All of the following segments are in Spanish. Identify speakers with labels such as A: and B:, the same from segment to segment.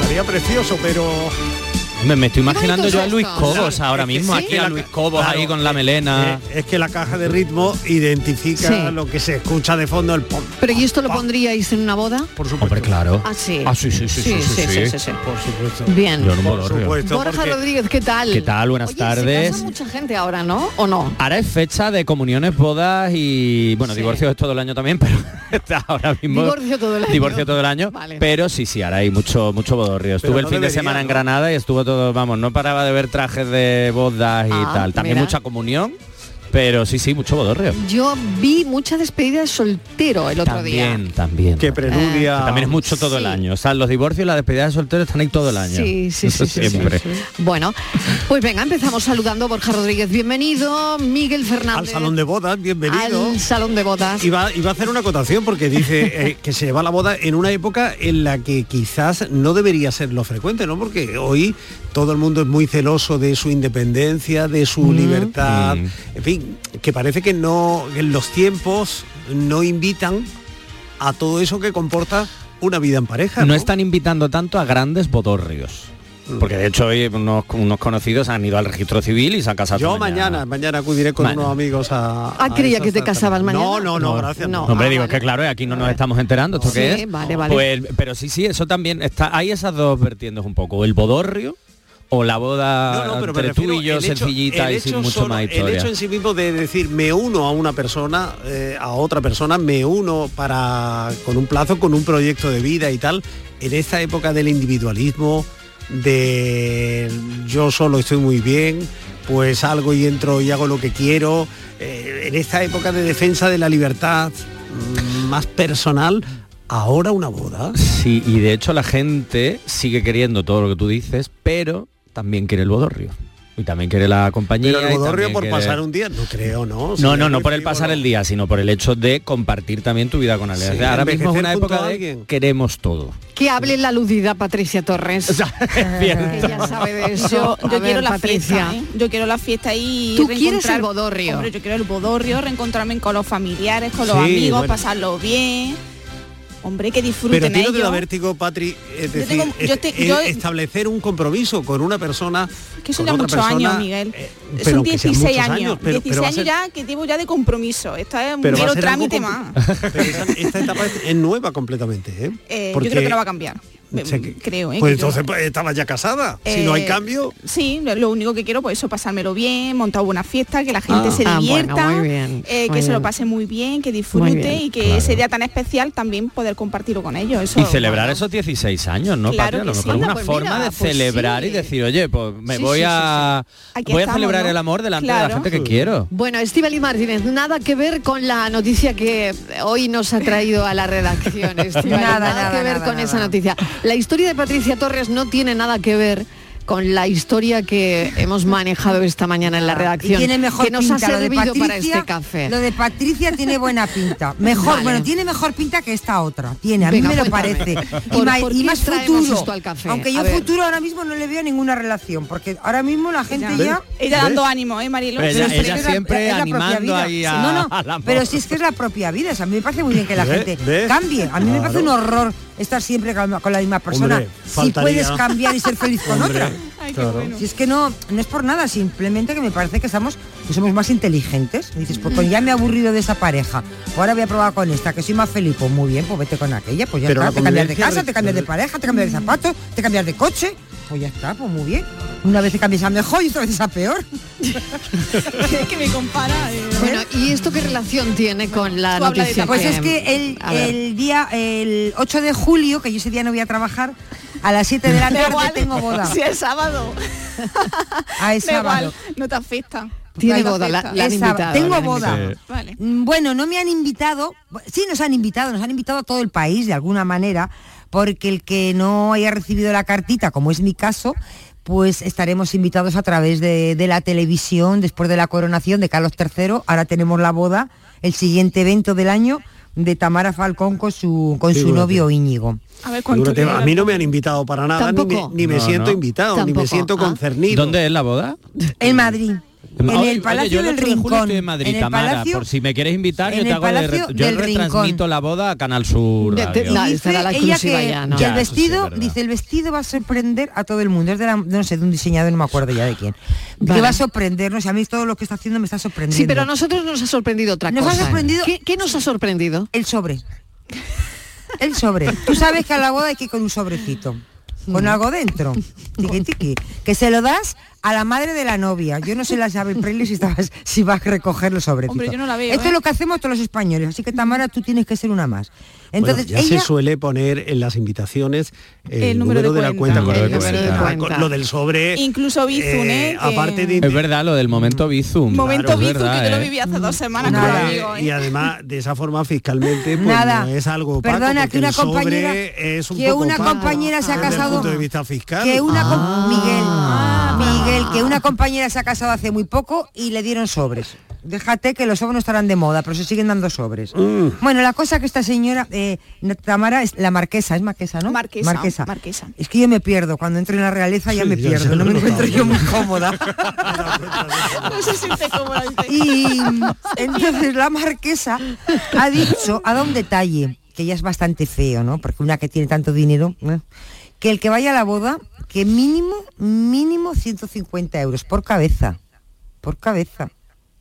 A: Estaría precioso, pero...
B: Me, me estoy imaginando
A: bonito
B: yo a
A: es
B: Luis
A: esto.
B: Cobos
A: Claro,
B: ahora
A: es que
B: mismo,
A: sí.
B: aquí a
A: La-
B: Luis Cobos
A: claro,
B: ahí con la melena.
A: Eh, es que la caja de ritmo identifica
C: Sí.
A: lo que se escucha de fondo, el pom.
C: Pero ¿y esto lo pondríais en una boda?
A: Por supuesto. Hombre, claro.
C: Ah, sí.
B: Ah, sí, sí, sí, sí, sí, sí.
A: Por supuesto.
C: Bien.
B: Yo no me lo
A: Por
B: río.
A: supuesto,
C: Borja
A: porque
C: Rodríguez, ¿qué tal?
B: ¿Qué tal? Buenas
C: Oye, Se
B: tardes.
C: casa mucha gente ahora, ¿no? ¿O no?
B: Ahora es fecha de comuniones, bodas y bueno, divorcios es todo el año también, pero está ahora mismo
C: Divorcio todo el año.
B: divorcio todo el año,
C: Vale.
B: pero sí, sí, ahora hay mucho mucho bodorrio. Estuve el
A: no
B: fin de
A: debería,
B: semana en
A: ¿no?
B: Granada y estuvo todo, vamos, no paraba de ver trajes de bodas y
C: Ah,
B: tal. También
C: mira.
B: mucha comunión, pero sí, sí, mucho bodorrio.
C: Yo vi mucha despedida de soltero el otro
B: También,
C: día.
B: también.
A: que preludia...
B: Que también es mucho todo el
C: Sí.
B: año. O sea, los divorcios y las despedidas de solteros están ahí todo el año.
C: Sí, sí,
B: Eso
C: sí, sí, sí,
B: siempre.
C: sí. Bueno, pues venga, empezamos saludando a Borja Rodríguez, bienvenido, Miguel
A: Al
C: Fernández.
A: salón de bodas, bienvenido.
C: Al salón de bodas.
A: Iba, iba a hacer una acotación porque dice eh, que se lleva la boda en una época en la que quizás no debería ser lo frecuente, ¿no? Porque hoy todo el mundo es muy celoso de su independencia, de su
C: Mm.
A: libertad, en fin, que parece que no, que los tiempos no invitan a todo eso que comporta una vida en pareja. No,
B: No están invitando tanto a grandes bodorrios. Porque de hecho hoy unos, unos conocidos han ido al registro civil y se han casado.
A: Yo
B: esta
A: mañana, mañana, acudiré con
B: Mañana.
A: unos amigos a.
C: Ah,
A: a
C: creía
A: esa
C: que te
A: cena.
C: casabas
A: No,
C: mañana.
A: no, no,
B: No,
A: gracias.
C: no.
B: No, hombre,
C: Ah,
B: digo
C: vale.
B: que claro, aquí no nos estamos enterando, ¿esto
C: Sí,
B: qué es?
C: vale, vale.
B: Pues, pero sí, sí, eso también está. Hay esas dos vertientes un poco, el bodorrio o la boda
A: No, no, pero me
B: entre tú
A: refiero
B: y yo
A: el hecho-
B: sencillita
A: el
B: y sin
A: hecho
B: mucho
A: solo-
B: más
A: El
B: historia.
A: hecho en sí mismo de decir me uno a una persona, eh, a otra persona, me uno para con un plazo, con un proyecto de vida y tal, en esta época del individualismo, de yo solo estoy muy bien, pues salgo y entro y hago lo que quiero, eh, en esta época de defensa de la libertad mm, más personal, ahora una boda.
B: Sí, y de hecho la gente sigue queriendo todo lo que tú dices, pero también quiere el bodorrio. Y también quiere la compañía.
A: Pero
B: y
A: el bodorrio
B: también
A: por
B: quiere-
A: pasar un día, no creo, ¿no?
B: No,
A: Sería
B: no, no
A: muy
B: por el pasar
A: frívolo.
B: el día, sino por el hecho de compartir también tu vida con alguien.
A: Sí,
B: O sea, Ahora mismo es
A: envejecer
B: una
A: junto
B: época
A: a
B: de
A: alguien.
B: queremos todo.
C: Que hable la ludida Patricia Torres.
B: O sea, es
C: que
B: cierto.
C: ella sabe de eso.
D: Yo, yo
C: A ver,
D: quiero la
C: Patricia.
D: fiesta, ¿eh? yo quiero la fiesta y
C: Tú quieres
D: reencontrar-
C: el bodorrio.
D: Hombre, yo quiero el bodorrio, reencontrarme con los familiares, con los
A: Sí,
D: amigos,
A: bueno.
D: pasarlo bien. Hombre, que disfruten
A: Pero a ti no te da
D: ellos.
A: vértigo, Patri, es
D: Yo
A: decir,
D: tengo- yo te-
A: es-
D: yo-
A: es- establecer un compromiso con una persona.
D: Que son
A: con otra
D: ya muchos
A: persona,
D: años, Miguel.
A: eh,
D: Son
A: pero que sean
D: 16
A: muchos
D: años.
A: pero-
D: 16
A: pero va a
D: años
A: ser-
D: ya que llevo ya de compromiso. Esta es un
A: pero va a
D: mero
A: ser algo
D: trámite
A: compli-
D: más.
A: Pero esa- esta etapa es, es nueva completamente, ¿eh?
D: Eh,
A: Porque-
D: yo creo que no va a cambiar.
A: o sea que-
D: creo, ¿eh?
A: Pues
D: que yo-
A: entonces pues, estabas ya casada. si no hay
D: Eh,
A: cambio,
D: Sí, lo- lo único que quiero, pues eso, pasármelo bien, montar buena fiesta, que la gente
A: Ah.
D: se
C: Ah, bueno,
D: divierta,
C: muy bien,
D: eh, que
C: muy
D: se lo
C: bien.
D: pase muy bien, que disfrute
C: Muy bien.
D: y que
B: Claro.
D: ese día tan especial también poder compartirlo con ellos. Eso,
B: Y celebrar
D: bueno.
B: esos 16 años, ¿no,
D: Claro
B: Patria? A lo
D: que sí.
B: mejor
C: Anda,
B: una
C: pues
B: forma
C: mira,
B: de
C: pues
B: celebrar
C: sí.
B: y decir, oye, pues me
D: Sí,
B: voy
D: sí, sí,
B: a
D: Aquí
B: voy a
D: estamos,
B: celebrar
D: ¿no?
B: el amor delante de la
D: Claro.
B: gente que quiero.
C: Bueno, Estivali Martínez, nada que ver con la noticia que hoy nos ha traído a la redacción. Estíbaliz,
E: Nada,
C: nada,
E: nada,
C: que ver
E: nada,
C: con
E: nada.
C: esa noticia. La historia de Patricia Torres no tiene nada que ver con la historia que hemos manejado esta mañana en la redacción.
E: Ah, Y tiene mejor
C: que nos
E: pinta,
C: ha
E: lo de
C: servido para
E: Patricia-
C: este café.
E: Lo de Patricia tiene buena pinta. Mejor,
C: Vale.
E: bueno, tiene mejor pinta que esta otra. Tiene, a mí
C: Venga,
E: me lo
C: cuéntame.
E: parece.
C: ¿Por-
E: y, ma-
C: por
E: y
C: qué
E: más
C: traemos
E: futuro.
C: esto al café?
E: Aunque
C: A
E: yo
C: ver.
E: futuro ahora mismo no le veo ninguna relación, porque ahora mismo la gente
D: Ya.
E: ya.
D: Ella dando ánimo, ¿eh, Marilo?
F: Pues
B: Pero ella-
E: Pero es que
B: ella
E: es la-
B: siempre
E: es la propia
B: animando
E: vida.
B: ahí a-
E: Sí, no,
B: al amor.
E: no, pero si es que es la ¿Eh? propia vida, o sea, a mí me parece muy bien que la
A: ¿Ve?
E: gente
A: ¿Ve?
E: cambie. A mí me parece un
A: Claro.
E: horror estar siempre con la- con la misma persona.
A: Hombre,
E: si
A: faltaría.
E: puedes cambiar y ser feliz con
A: Hombre,
E: otra.
D: Ay, qué
A: claro.
D: bueno.
E: Si es que no, no es por nada, simplemente que me parece que estamos, que somos más inteligentes. Y dices, pues con- ya me he aburrido de esa pareja. pues ahora voy a probar con esta, que soy más feliz. Pues muy bien, pues vete con aquella, pues ya
A: Pero la
E: está, te cambias de
A: convivencia
E: casa,
A: de-
E: te cambias de pareja, te cambias de zapatos, te cambias de coche. Pues ya está, pues muy bien. Una vez cambias a mejor y otra vez a peor.
D: que me compara. eh,
C: Bueno, ¿y esto qué relación tiene con la
D: tú habla de
C: noticia?
D: esa
E: Pues es que el,
C: a ver.
E: el día, el 8 de julio, que yo ese día no voy a trabajar, a las 7 de la
D: Da
E: tarde
D: igual.
E: tengo boda.
D: Si es sábado.
E: Ah, es
D: Da
E: sábado.
D: igual, no te afecta.
C: Tiene
D: No te
C: boda, la-
D: afecta.
C: la- han
E: Es sábado.
C: invitado, la
E: tengo
C: han
E: boda.
B: invitado.
D: Vale.
E: Mm, Bueno, no me han invitado, sí nos han invitado, nos han invitado a todo el país de alguna manera, porque el que no haya recibido la cartita, como es mi caso, pues estaremos invitados a través de, de la televisión después de la coronación de Carlos III. Ahora tenemos la boda, el siguiente evento del año de Tamara Falcón con su, con su
A: Figúrate.
E: novio Íñigo.
D: A ver cuánto.
A: Figúrate,
D: dura?
A: A mí no me han invitado para nada, ni me,
C: Tampoco.
A: ni me
B: No,
A: siento
B: no.
A: invitado, ni
C: Tampoco,
A: me siento
C: ah.
A: concernido.
B: ¿Dónde es la boda?
E: En Madrid. En
B: Oye,
E: el Palacio
B: yo el
E: del
B: 8 de julio
E: Rincón.
B: estoy en Madrid,
E: en el
B: Tamara,
E: Palacio-
B: por si me quieres invitar, yo
E: en
B: te
E: el
B: hago de re-
E: Palacio
B: yo
E: del
B: retransmito
E: Rincón.
B: la boda a Canal Sur.
C: De- de-
B: Radio.
C: la-
E: Y
C: estará
E: dice
C: exclusiva
E: que,
C: ya, ¿no?
E: que
B: Ya,
E: el
B: eso sí es
E: vestido,
B: verdad.
E: dice, el vestido va a sorprender a todo el mundo. Es de, la- no sé, de un diseñador, no me acuerdo ya de quién.
C: Vale.
E: Que va a sorprendernos. Y a mí todo lo que está haciendo me está sorprendiendo.
C: Sí, pero a nosotros nos ha sorprendido otra
E: Nos ha
C: cosa.
E: sorprendido-
C: ¿Qué, qué nos ha sorprendido?
E: El sobre. El sobre. Tú sabes que a la boda hay que ir con un sobrecito. Con algo dentro. Tiqui, tiqui. Que se lo das a la madre de la novia. Yo no sé la Isabel Presley si, estabas- si vas a recoger los sobrecitos.
D: Hombre, yo no la veo,
E: Esto
D: ¿eh?
E: es lo que hacemos todos los españoles. Así que Tamara, tú tienes que ser una más.
A: Bueno,
E: Entonces,
A: ya
E: ella...
A: se suele poner en las invitaciones el,
D: El
A: número,
D: número
A: de,
D: de
A: la cuenta
D: cuenta.
A: con
B: El
A: que
B: número de
A: cuenta.
C: cuenta.
A: Con Lo del sobre.
D: Incluso Bizum, ¿eh? Que-
A: Aparte de.
B: Es verdad, lo del momento Bizum.
D: Momento
B: Claro, es
D: Bizum,
B: verdad,
D: que yo lo
B: ¿eh?
D: viví hace dos semanas con
E: Nada.
D: un
A: Hombre,
D: amigo.
A: Y
D: ¿eh?
A: además, de esa forma fiscalmente, pues
E: Nada.
A: no es algo opaco,
E: Perdona,
A: porque
E: que una
A: el sobre
E: compañera-
A: es un
E: que
A: poco
E: una
A: opaco
E: compañera se ha
A: desde el
E: casado-
A: punto de vista fiscal.
E: que una com-
C: Ah.
E: Miguel,
C: Ah.
E: Miguel, que una compañera se ha casado hace muy poco y le dieron sobres. Déjate que los sobres no estarán de moda, pero se siguen dando sobres.
A: Mm.
E: Bueno, la cosa que esta señora, eh, Tamara, es la marquesa, es marquesa, ¿no?
D: Marquesa, marquesa.
E: Es que yo me pierdo, cuando entro en la realeza Ah, ya
A: Sí,
E: me
A: ya
E: pierdo,
A: se
E: no me
A: lo he
E: encuentro
A: notado.
E: yo muy cómoda.
D: No se siente cómoda. dice.
E: Y entonces la marquesa ha dicho, ha dado un detalle, que ya es bastante feo, ¿no? Porque una que tiene tanto dinero, ¿eh? que el que vaya a la boda, que mínimo, mínimo 150 euros por cabeza. Por cabeza.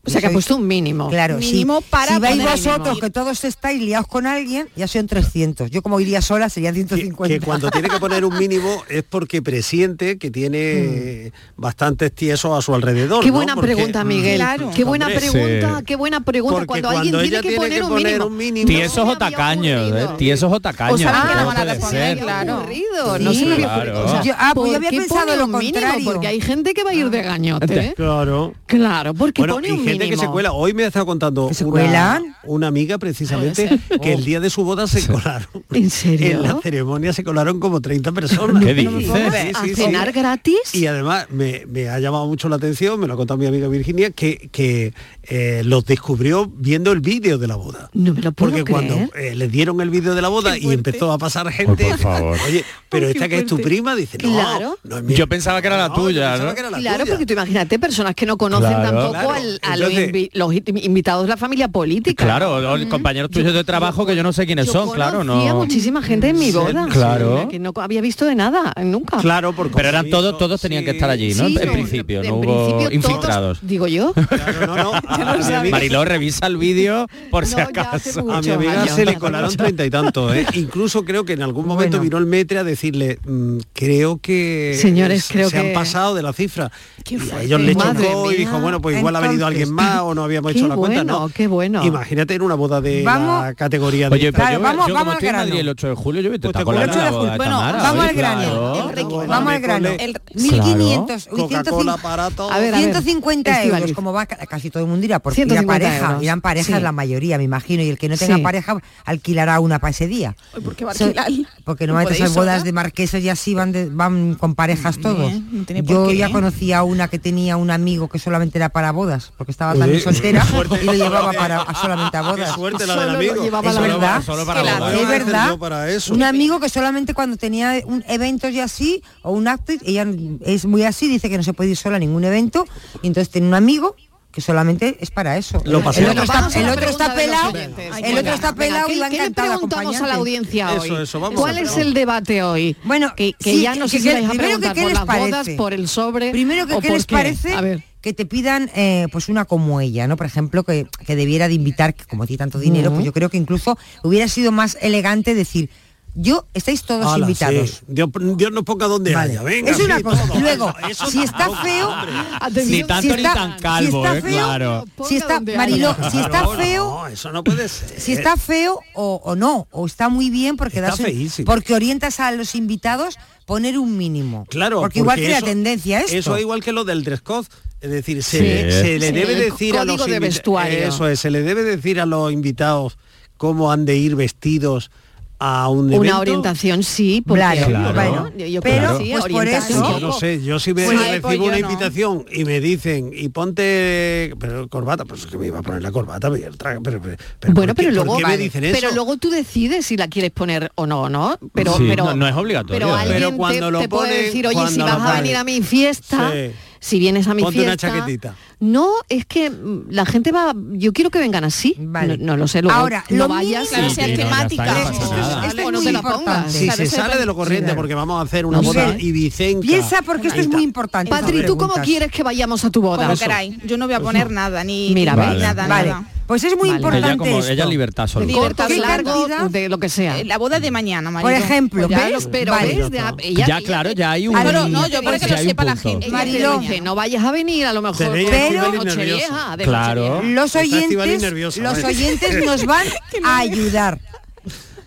C: O sea, que ha puesto un mínimo.
E: Claro, sí.
D: Mínimo para
E: si vais
D: poner
E: vosotros,
D: mínimo.
E: que todos estáis liados con alguien, ya son 300. Yo como iría sola, serían
A: que,
E: 150.
A: que cuando tiene que poner un mínimo es porque presiente que tiene bastantes tiesos a su alrededor.
C: Qué
A: ¿no?
C: buena
A: Porque- Mm,
C: pregunta, Miguel.
D: Claro.
C: Qué buena
A: Hombre,
C: pregunta,
B: sí.
C: qué buena pregunta.
A: Porque
C: Cuando,
A: cuando
C: alguien
A: ella
C: tiene que poner, un mínimo.
B: Tiesos
C: No
B: o
C: me había
B: tacaños,
C: ocurrido.
B: ¿eh? Tiesos o tacaños.
D: O sea,
B: que
D: que la
B: no
D: van a
B: puede
D: responder,
B: ser.
D: claro.
C: ocurrido,
E: Sí,
C: no se me había
B: claro.
C: ocurrido. O sea,
E: Yo- ah, pues yo
C: ¿por
E: había
C: qué
E: pensado
C: pone
E: lo
C: un mínimo?
E: contrario.
C: Porque hay gente que va a ir de gañote. ¿eh?
A: Claro.
C: Claro, porque
A: Bueno,
C: pone
A: y
C: un
A: gente
C: mínimo.
A: que se cuela. Hoy me ha estado contando
E: ¿Que se
A: una,
E: cuelan?
A: una amiga precisamente que
E: Oh.
A: el día de su boda se colaron.
C: ¿En serio?
A: En la ceremonia se colaron como 30 personas.
B: ¿Qué dices?
C: ¿A cenar gratis?
A: Y además me, me ha llamado mucho la atención, me lo ha contado mi amiga Virginia, que, que eh, los descubrió viendo el vídeo de la boda.
C: No me lo puedo
A: Porque
C: creer.
A: cuando eh, le dieron el vídeo de la boda y empezó a pasar gente,
B: Ay, por favor.
A: oye, pero
D: Ay,
A: esta
D: qué
A: que es tu
D: fuerte.
A: prima, dice, no,
C: Claro.
A: no es mía".
B: Yo pensaba que era la
A: No, yo
B: tuya,
A: pensaba
B: ¿no?
A: que era la
C: Claro,
A: tuya.
C: porque tú imagínate personas que no conocen
B: Claro.
C: tampoco
A: Claro.
C: al- a los,
A: Entonces-
C: invi- los in- invitados de la familia política.
B: Claro, los compañeros tuyos de trabajo que yo no sé quiénes
C: Yo
B: son, claro,
C: conocía
B: no.
C: muchísima gente en mi boda.
B: Claro.
C: Que no había visto de nada, nunca.
A: Claro, porque
B: Ah. Pero eran todos, todos tenían que estar allí, ¿no?
C: Sí,
B: en
C: no,
B: principio,
C: en
B: no hubo
C: principio todos,
B: infiltrados.
C: digo yo.
A: Claro, no, no. A, a mi amiga-
B: Mariló, revisa el vídeo por si
C: No, ya hace
B: acaso.
C: mucho.
A: a mi amiga
C: años,
A: se le
C: hace
A: colaron
C: mucho.
A: treinta y tantos, ¿eh? Incluso creo que en algún momento
E: Bueno.
A: vino el metre a decirle, "Mm, creo que
C: Señores,
A: se-
C: creo
A: se han
C: que-
A: pasado de la cifra.
D: Qué
A: Y a
D: fuerte.
A: ellos le
C: Madre
A: chocó y
C: mía.
A: dijo, bueno, pues igual ha venido
E: Entonces,
A: alguien más o no habíamos
C: qué
A: hecho la cuenta, ¿no?
C: bueno, qué bueno.
A: Imagínate en una boda de la
E: Vamos.
A: categoría de
B: Oye,
A: esta.
B: pero
E: Claro,
B: yo,
E: vamos-
B: yo
E: vamos
B: como
E: al
B: estoy en
E: grano.
B: Madrid el 8 de julio, yo voy
A: Pues
B: a
A: te
B: colar
A: cuelas.
B: en la
A: 8 de
B: boda de
D: julio, bueno,
B: Tamara, Ah,
E: vamos
B: oye,
E: al grano.
B: claro.
D: El recuerdo.
E: Vamos al grano.
A: Coca-Cola.
D: El-
E: 1.500,
A: Coca-Cola
E: 850.
A: aparato.
C: A ver, a ver.
E: 150 euros,
C: Estivaliz.
E: como va ca- casi todo el mundo irá por irá
C: 150
E: pareja,
C: euros.
E: irán parejas
C: Sí.
E: la mayoría, me imagino, y el que no tenga
C: Sí.
E: pareja alquilará una para ese día.
D: Ay, ¿Por qué pues va a
E: So-
D: alquilar?
E: porque
D: No
E: normalmente
D: podéis
E: esas bodas
D: sola.
E: de marqueses y así van de- van con parejas todos.
D: no tiene por
E: Yo
D: qué.
E: ya conocía a una que tenía un amigo que solamente era para bodas, porque estaba también
A: Oye,
E: soltera
A: qué suerte.
E: y lo llevaba para a- solamente a bodas.
A: Qué suerte la del
C: Solo lo
A: amigo.
C: llevaba
E: Es
C: la
B: Solo-
E: verdad,
B: solo para
D: Que la
B: bodas.
E: es
D: boda.
A: Yo
E: verdad.
A: para eso.
E: Un amigo que solamente cuando tenía un eventos y así, o un acto, ella es muy así, dice que no se puede ir sola a ningún evento, y entonces tiene un amigo que solamente es para eso.
A: Lo pasó.
E: el otro
A: Bueno,
E: está,
C: vamos a
E: el
C: la
E: otro está
C: pregunta de los
E: pelado,
C: oyentes.
E: el otro
C: Venga,
E: está
C: venga,
E: pelado
C: ¿qué-
E: y va
C: ¿qué le
E: encantado.
C: preguntamos a la
E: acompañante.
C: audiencia hoy?
A: Eso, eso, vamos
C: ¿Cuál
A: a
C: es
A: preguntar.
C: el debate hoy?
E: Bueno,
C: que, que
E: sí,
C: ya no sé
E: que-
C: si vais a
E: primero que
C: preguntar
E: qué
C: por
E: les
C: las bodas,
E: parece.
C: por el sobre
E: Primero que
C: o
E: qué
C: por
E: les parece
C: A ver.
E: que te pidan eh, pues una como ella, ¿no? Por ejemplo, que, que debiera de invitar, que como tiene tanto dinero, pues yo creo que incluso hubiera sido más elegante decir, Yo estáis todos
A: Ala,
E: invitados.
A: sí. Dios, Dios nos ponga donde
E: Vale.
A: haya. Venga,
E: es una
A: sí,
E: cosa.
A: todo.
E: Luego,
A: Eso
E: si está
A: tampoco,
E: feo,
A: hombre.
B: Ni tanto
E: si
B: ni
E: está-
B: tan calvo,
E: si está
B: eh,
E: feo,
B: claro.
C: Ponga
E: Si está,
C: donde haya.
E: Mariló, si está
A: No, no,
E: feo,
A: no, eso no puede ser.
E: si está feo o, o no, o está muy bien porque
A: Eh. Está
E: das un-
A: feísimo.
E: porque orientas a los invitados poner un mínimo.
A: Claro,
E: porque, igual que la
A: eso-
E: tendencia es
A: Eso es igual que lo del dress code. Es decir, se,
B: Sí.
A: le- se le
C: Sí,
A: debe
C: el
A: decir a los
C: código de
A: invita-
C: vestuario.
A: Eso es, se le debe decir a los invitados cómo han de ir vestidos a un evento.
C: Una orientación, sí, porque,
E: Claro,
B: Claro.
E: bueno,
C: Yo- yo
E: pero
C: creo que sí,
E: pues por
C: orientación.
E: eso
A: Yo no sé, yo si me
D: Pues sí,
A: recibo
D: pues yo
A: una
D: no.
A: invitación y me dicen y ponte pero corbata, pues es que me iba a poner la corbata, pero, pero, pero, pero
C: bueno,
A: ¿por qué-
C: pero
A: por
C: luego,
A: qué me
C: vale,
A: dicen eso?
C: pero luego tú decides si la quieres poner o no, ¿no? Pero,
B: Sí,
C: pero
B: no- no es obligatorio,
C: Pero
B: ¿eh?
C: alguien
A: Pero
C: te-
A: cuando
C: te,
A: lo
C: puede
A: ponen,
C: decir, oye,
A: cuando
C: si
A: lo
C: vas a
A: ponen.
C: venir a mi fiesta,
A: Sí.
C: si vienes a mi
A: Ponte una
C: fiesta,
A: chaquetita.
C: no es que mm, la gente va, yo quiero que vengan así,
E: Vale.
C: no, no lo sé, luego
E: Ahora,
C: no
E: lo
C: vayas,
D: Claro, o sea,
B: sí, no, ya
D: temática.
B: está,
E: no pasa nada.
C: o no
E: muy
C: te la
E: importante.
C: pongas.
A: si
D: claro,
A: se
D: eso
A: sale
D: depende-
A: de lo corriente
E: claro.
A: porque vamos a hacer una
C: No
A: boda
C: sé.
A: ibicenca.
E: piensa porque esto
A: Ahí
E: es
A: está.
E: muy importante.
C: Patri,
E: estas
C: ¿tú cómo
E: preguntas.
C: quieres que vayamos a tu boda?
D: Como queráis. Yo no voy a poner nada, ni,
C: Mira,
D: ni
B: vale.
D: nada,
E: Vale,
D: nada.
E: pues es muy
C: Vale.
E: importante
B: Ella como
E: esto.
B: ella libertad solo.
D: Digo,
C: Corto,
D: ¿Qué
C: largo,
E: cantidad?
C: de lo que sea.
D: Eh, La boda de mañana, María.
E: Por ejemplo,
C: Ya,
E: ¿ves?
C: lo- pero
E: Vale.
C: ves, de- ella-
B: Ya
C: ella-
B: claro, ya hay un
D: Claro, no, yo para que
B: ya
D: lo
B: hay un
D: sepa la
B: punto.
D: gente.
C: Ella te
E: Mariló.
C: dice, no vayas a venir a lo mejor
A: Te veía
C: con-
E: Estivali
C: con Nochevieja,
A: nerviosa.
C: de
B: Claro.
C: Nochevieja.
E: los
A: Está Estivali
E: oyentes,
A: nerviosa,
E: los
A: vale.
E: oyentes nos van a ayudar.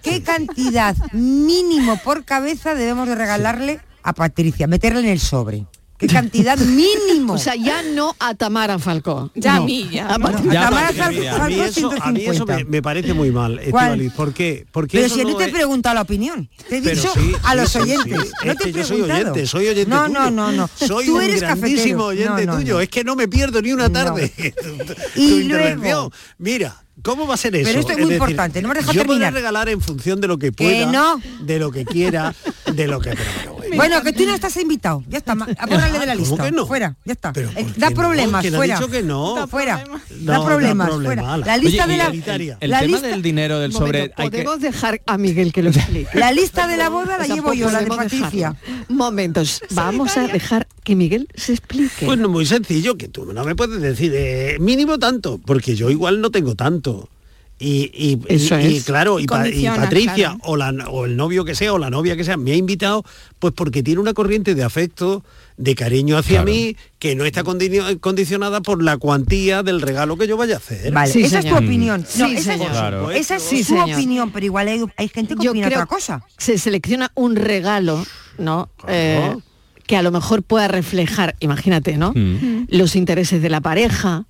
E: ¿Qué cantidad mínimo por cabeza debemos de regalarle a Patricia? Meterle en el sobre. ¿Qué cantidad mínimo?
C: O sea, ya no a Tamara Falcó.
D: Ya a
C: No.
D: mí, ya.
C: A Pat-
E: No,
B: Ya,
E: Tamara
B: Patricia,
E: Sar-
B: mira,
A: A mí
E: Sarco,
A: eso, a mí eso
E: 150.
A: me, me parece muy mal,
E: ¿Cuál?
A: Estivaliz. ¿Por qué? Porque
E: Pero
A: eso
E: si yo no te he
A: es-
E: preguntado la opinión, te he
A: Pero
E: dicho
A: sí,
E: a
A: sí,
E: los
A: sí,
E: oyentes.
A: sí.
E: No
A: Es
E: te
A: que
E: he
A: yo soy
E: preguntado.
A: oyente, soy oyente
E: No,
A: tuyo.
E: no, no, no.
A: Soy
E: Tú
A: un
E: eres
A: grandísimo
E: cafetero.
A: oyente
E: No, no,
A: tuyo.
E: no.
A: Es que no me pierdo ni una
E: No.
A: tarde. Tu- tu-
E: Y
A: tu
E: luego-
A: intervención. Mira. ¿Cómo va a ser eso?
E: Pero esto es muy importante, no me dejas
A: yo podré
E: terminar.
A: regalar en función de lo que pueda,
E: no.
A: de lo que quiera, de lo que... pero, pero, bueno.
E: Bueno, que tú no estás invitado. Ya está, ma- apárrale de la
A: ¿Cómo
E: lista.
A: que no?
E: Fuera, ya está.
A: Pero,
E: Eh,
A: ¿por
E: da
A: qué no?
E: problemas,
A: ¿Quién ha
E: fuera.
A: dicho que no?
E: Da Fuera.
A: No,
E: da
A: da
E: problemas,
A: problema,
E: fuera.
A: ala.
E: La lista
B: Oye,
E: de
B: y
E: la
B: el,
A: Italia.
B: el
E: la
B: tema
E: lista-
B: del dinero del
C: Un momento,
B: sobre hay que
C: pues podemos dejar a Miguel que lo explique.
E: La lista de la boda la
C: Tampoco
E: llevo yo, la de
C: podemos
E: Patricia.
C: dejarlo. Momentos, vamos a dejar que Miguel se explique.
A: Pues no, muy sencillo, que tú no me puedes decir eh, mínimo tanto, porque yo igual no tengo tanto. Y, y- y-
C: Eso
A: y,
C: es.
A: claro, y, Pa- y
D: Condiciona,
A: Patricia
D: claro.
A: o, la, o el novio que sea o la novia que sea me ha invitado pues porque tiene una corriente de afecto, de cariño hacia
B: Claro.
A: mí, que no está condi- condicionada por la cuantía del regalo que yo vaya a hacer.
E: Vale,
C: Sí,
E: esa
C: señor.
E: es tu opinión.
C: Sí,
E: No, esa, es,
C: señor.
B: Claro.
E: esa es
C: Sí,
E: su
C: señor.
E: opinión, pero igual hay, hay gente que
C: Yo
E: opina
C: creo
E: otra cosa.
C: que Se selecciona un regalo, ¿no? Eh, que a lo mejor pueda reflejar, imagínate, ¿no?
B: Mm.
C: Los intereses de la pareja,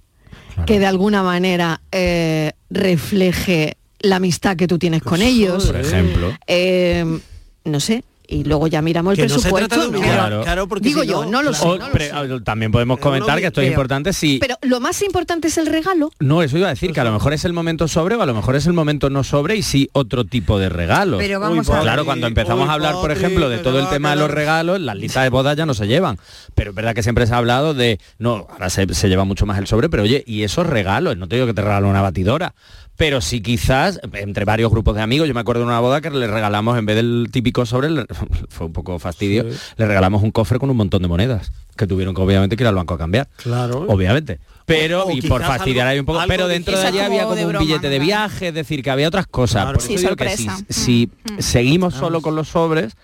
C: que de alguna manera eh, refleje la amistad que tú tienes con ellos.
B: por ejemplo.
C: Eh, no sé, y luego ya miramos el
A: Que no se
C: presupuesto.
A: trata de
C: ¿no?
A: humillar,
B: Claro.
A: claro. porque
C: Digo
A: si
C: yo, no lo sé.
B: O
C: no
B: pre- también podemos
A: Pero no
B: comentar
A: me-
B: que esto es
E: pero-
B: importante si
C: Pero lo más importante es el regalo.
B: no eso iba a decir que a lo mejor es el momento sobre o a lo mejor es el momento no sobre y sí otro tipo de regalos. pues,
E: Pero vamos
A: Uy,
E: a ver.
B: Claro,
A: Patri,
B: cuando empezamos
A: uy,
B: a hablar, por
A: Patri,
B: ejemplo, de
A: que
B: todo
A: se
B: el
A: va a
B: tema de los
A: quedar-
B: regalos, las listas de bodas ya no se llevan. Pero es verdad que siempre se ha hablado de, no, ahora se, se lleva mucho más el sobre, pero oye, y esos regalos, no te digo que te regalo una batidora, pero sí quizás, entre varios grupos de amigos, yo me acuerdo de una boda que le regalamos, en vez del típico sobre, le- fue un poco fastidio, le regalamos un cofre con un montón de monedas, que tuvieron que obviamente que ir al banco a cambiar.
A: Claro.
B: Obviamente. Pero,
A: o
B: y por
A: quizás
B: fastidiar
A: algo-
B: ahí un poco,
A: algo
B: pero
A: de-
B: dentro de
D: Quizás
B: allá había
D: como
B: como
D: de
B: un
D: broma,
B: billete de
D: claro.
B: viaje, es decir, que había otras cosas.
A: Claro.
B: Por eso
D: Sí,
B: digo que si,
D: sorpresa.
B: si
E: Mm.
B: seguimos solo con los sobres,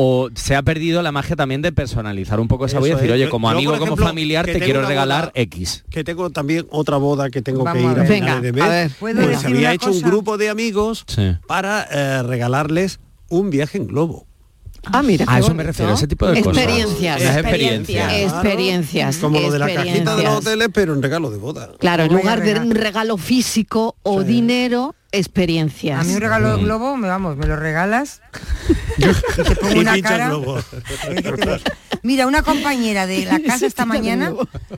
B: o se ha perdido la magia también de personalizar un poco esa
A: Eso
B: voy a decir,
A: es.
B: oye,
A: Yo-
B: como
A: yo,
B: amigo,
A: por
B: como
A: ejemplo,
B: familiar,
A: que
B: te
A: tengo
B: quiero
A: una
B: regalar
A: boda-
B: X.
A: que tengo también otra boda que tengo que
E: Vamos a
A: ir a,
E: ver.
A: finales de
C: Venga,
A: mes.
C: a ver.
E: ¿Puedo
A: pues
E: decir
A: había
E: una
A: hecho un
E: cosa?
A: grupo de amigos
B: Sí.
A: para eh, regalarles un viaje en globo.
C: Ah, mira.
B: A
C: qué
B: eso me
C: bonito.
B: refiero, ese tipo de cosas.
C: Experiencias.
B: Las
D: experiencias.
B: experiencias.
C: Experiencias.
A: Como lo de la cajita de los
C: experiencias.
A: hoteles, pero en regalo de boda.
C: Claro, en
E: Vaya
C: lugar de
E: regalo.
C: un regalo físico o dinero, experiencias.
E: A mí un regalo de globo, me vamos, me lo regalas. y te pongo
A: Y
E: una
A: pinchas
E: cara.
A: globo.
E: Mira, una compañera de la casa esta mañana,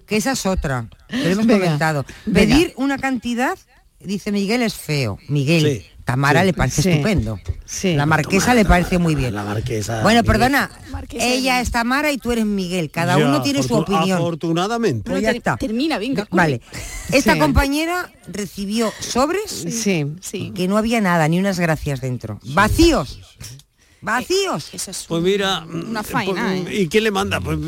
E: que esa es otra, que lo hemos
C: Venga,
E: comentado.
C: venga.
E: Pedir una cantidad, dice Miguel, es feo. Miguel,
A: Sí,
E: Tamara
A: sí.
E: le parece
C: Sí,
E: estupendo.
C: sí.
E: La marquesa le parece muy bien.
A: La
B: Ah,
A: marquesa.
E: Bueno,
A: Miguel.
E: perdona,
D: Marquesa
E: ella
D: Miguel.
E: es Tamara y tú eres Miguel. Cada
A: Ya,
E: uno tiene su
A: afortun-
E: opinión.
A: Afortunadamente.
E: Pues ya
D: Ter-
E: está.
D: termina, venga, corre.
E: Vale. Esta
C: Sí.
E: compañera recibió sobres
C: Sí.
D: Sí.
E: que no había nada, ni unas gracias dentro. Vacíos. Vacíos.
D: Eso es
A: Pues mira,
D: una
A: mm,
D: faena,
A: pues,
D: ¿eh?
A: ¿y quién le manda? Pues,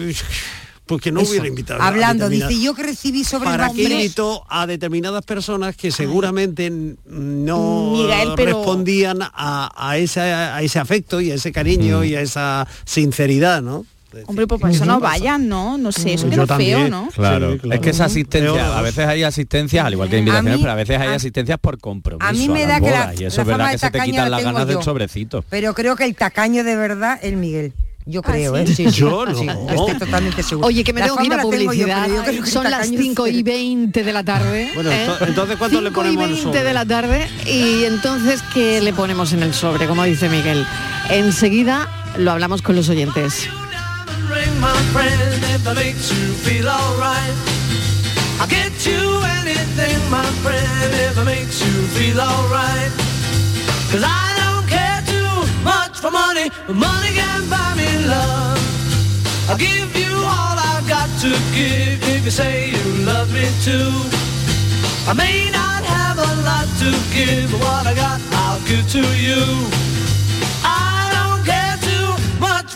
A: pues que no
E: Eso.
A: hubiera invitado. a
E: Hablando,
A: determinadas-
E: dice yo que recibí sobre
A: ¿Para qué
E: hombres-
A: invitó a determinadas personas que seguramente n- no
D: Miguel, pero-
A: respondían a, a ese, a ese afecto y a ese cariño
G: Mm.
A: y a esa sinceridad, ¿no?
D: Hombre, pues para eso no vayan, ¿no? No sé, eso
A: Yo
D: queda feo,
A: también.
D: ¿no?
B: Claro.
A: Sí, claro.
B: es que esa asistencia,
A: Peor.
B: a veces hay asistencias, al igual que invitaciones,
E: A mí-
B: pero a veces hay
E: a-
B: asistencias por compromiso.
E: a mí me
B: las
E: da que la-
B: bodas, y eso
E: la
B: es verdad
E: fama de
B: que se te
E: tacaña
B: quitan
E: la
B: las
E: tengo
B: ganas del
E: yo.
B: sobrecito.
E: Pero creo que el tacaño de verdad es Miguel. Yo creo, ¿eh?
A: sí. Yo no.
E: estoy totalmente seguro.
C: Ah, Oye, que me tengo que ir a publicidad. Son las 5 y 20
E: 20.
C: de la tarde.
A: Bueno,
C: ¿eh?
A: ento- entonces, ¿cuánto le
C: 5
A: ponemos
C: y
A: al
C: 20
A: sobre?
C: de la tarde. Y entonces, ¿qué le ponemos en el sobre? Como dice Miguel. Enseguida lo hablamos con los oyentes.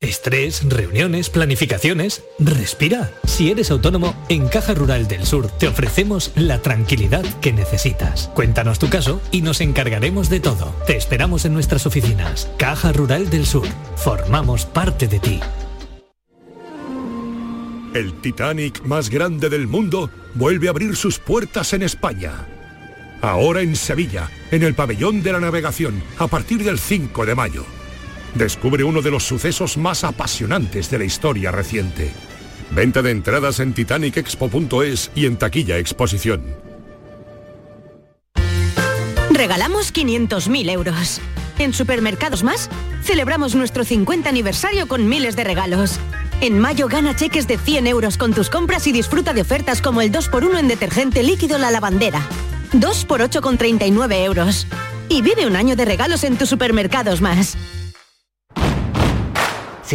H: Estrés, reuniones, planificaciones. Respira. Si eres autónomo, en Caja Rural del Sur te ofrecemos la tranquilidad que necesitas. Cuéntanos tu caso y nos encargaremos de todo. Te esperamos en nuestras oficinas. Caja Rural del Sur. Formamos parte de ti.
I: El Titanic más grande del mundo vuelve a abrir sus puertas en España. Ahora en Sevilla, en el pabellón de la navegación, a partir del 5 de mayo. Descubre uno de los sucesos más apasionantes de la historia reciente. Venta de entradas en titanicexpo.es y en taquilla exposición.
J: Regalamos 500.000 euros. En Supermercados Más celebramos nuestro 50 aniversario con miles de regalos. En mayo gana cheques de 100 euros con tus compras y disfruta de ofertas como el 2x1 en detergente líquido La Lavandera. 2x8 con 39 euros. Y vive un año de regalos en tus Supermercados Más.
F: Si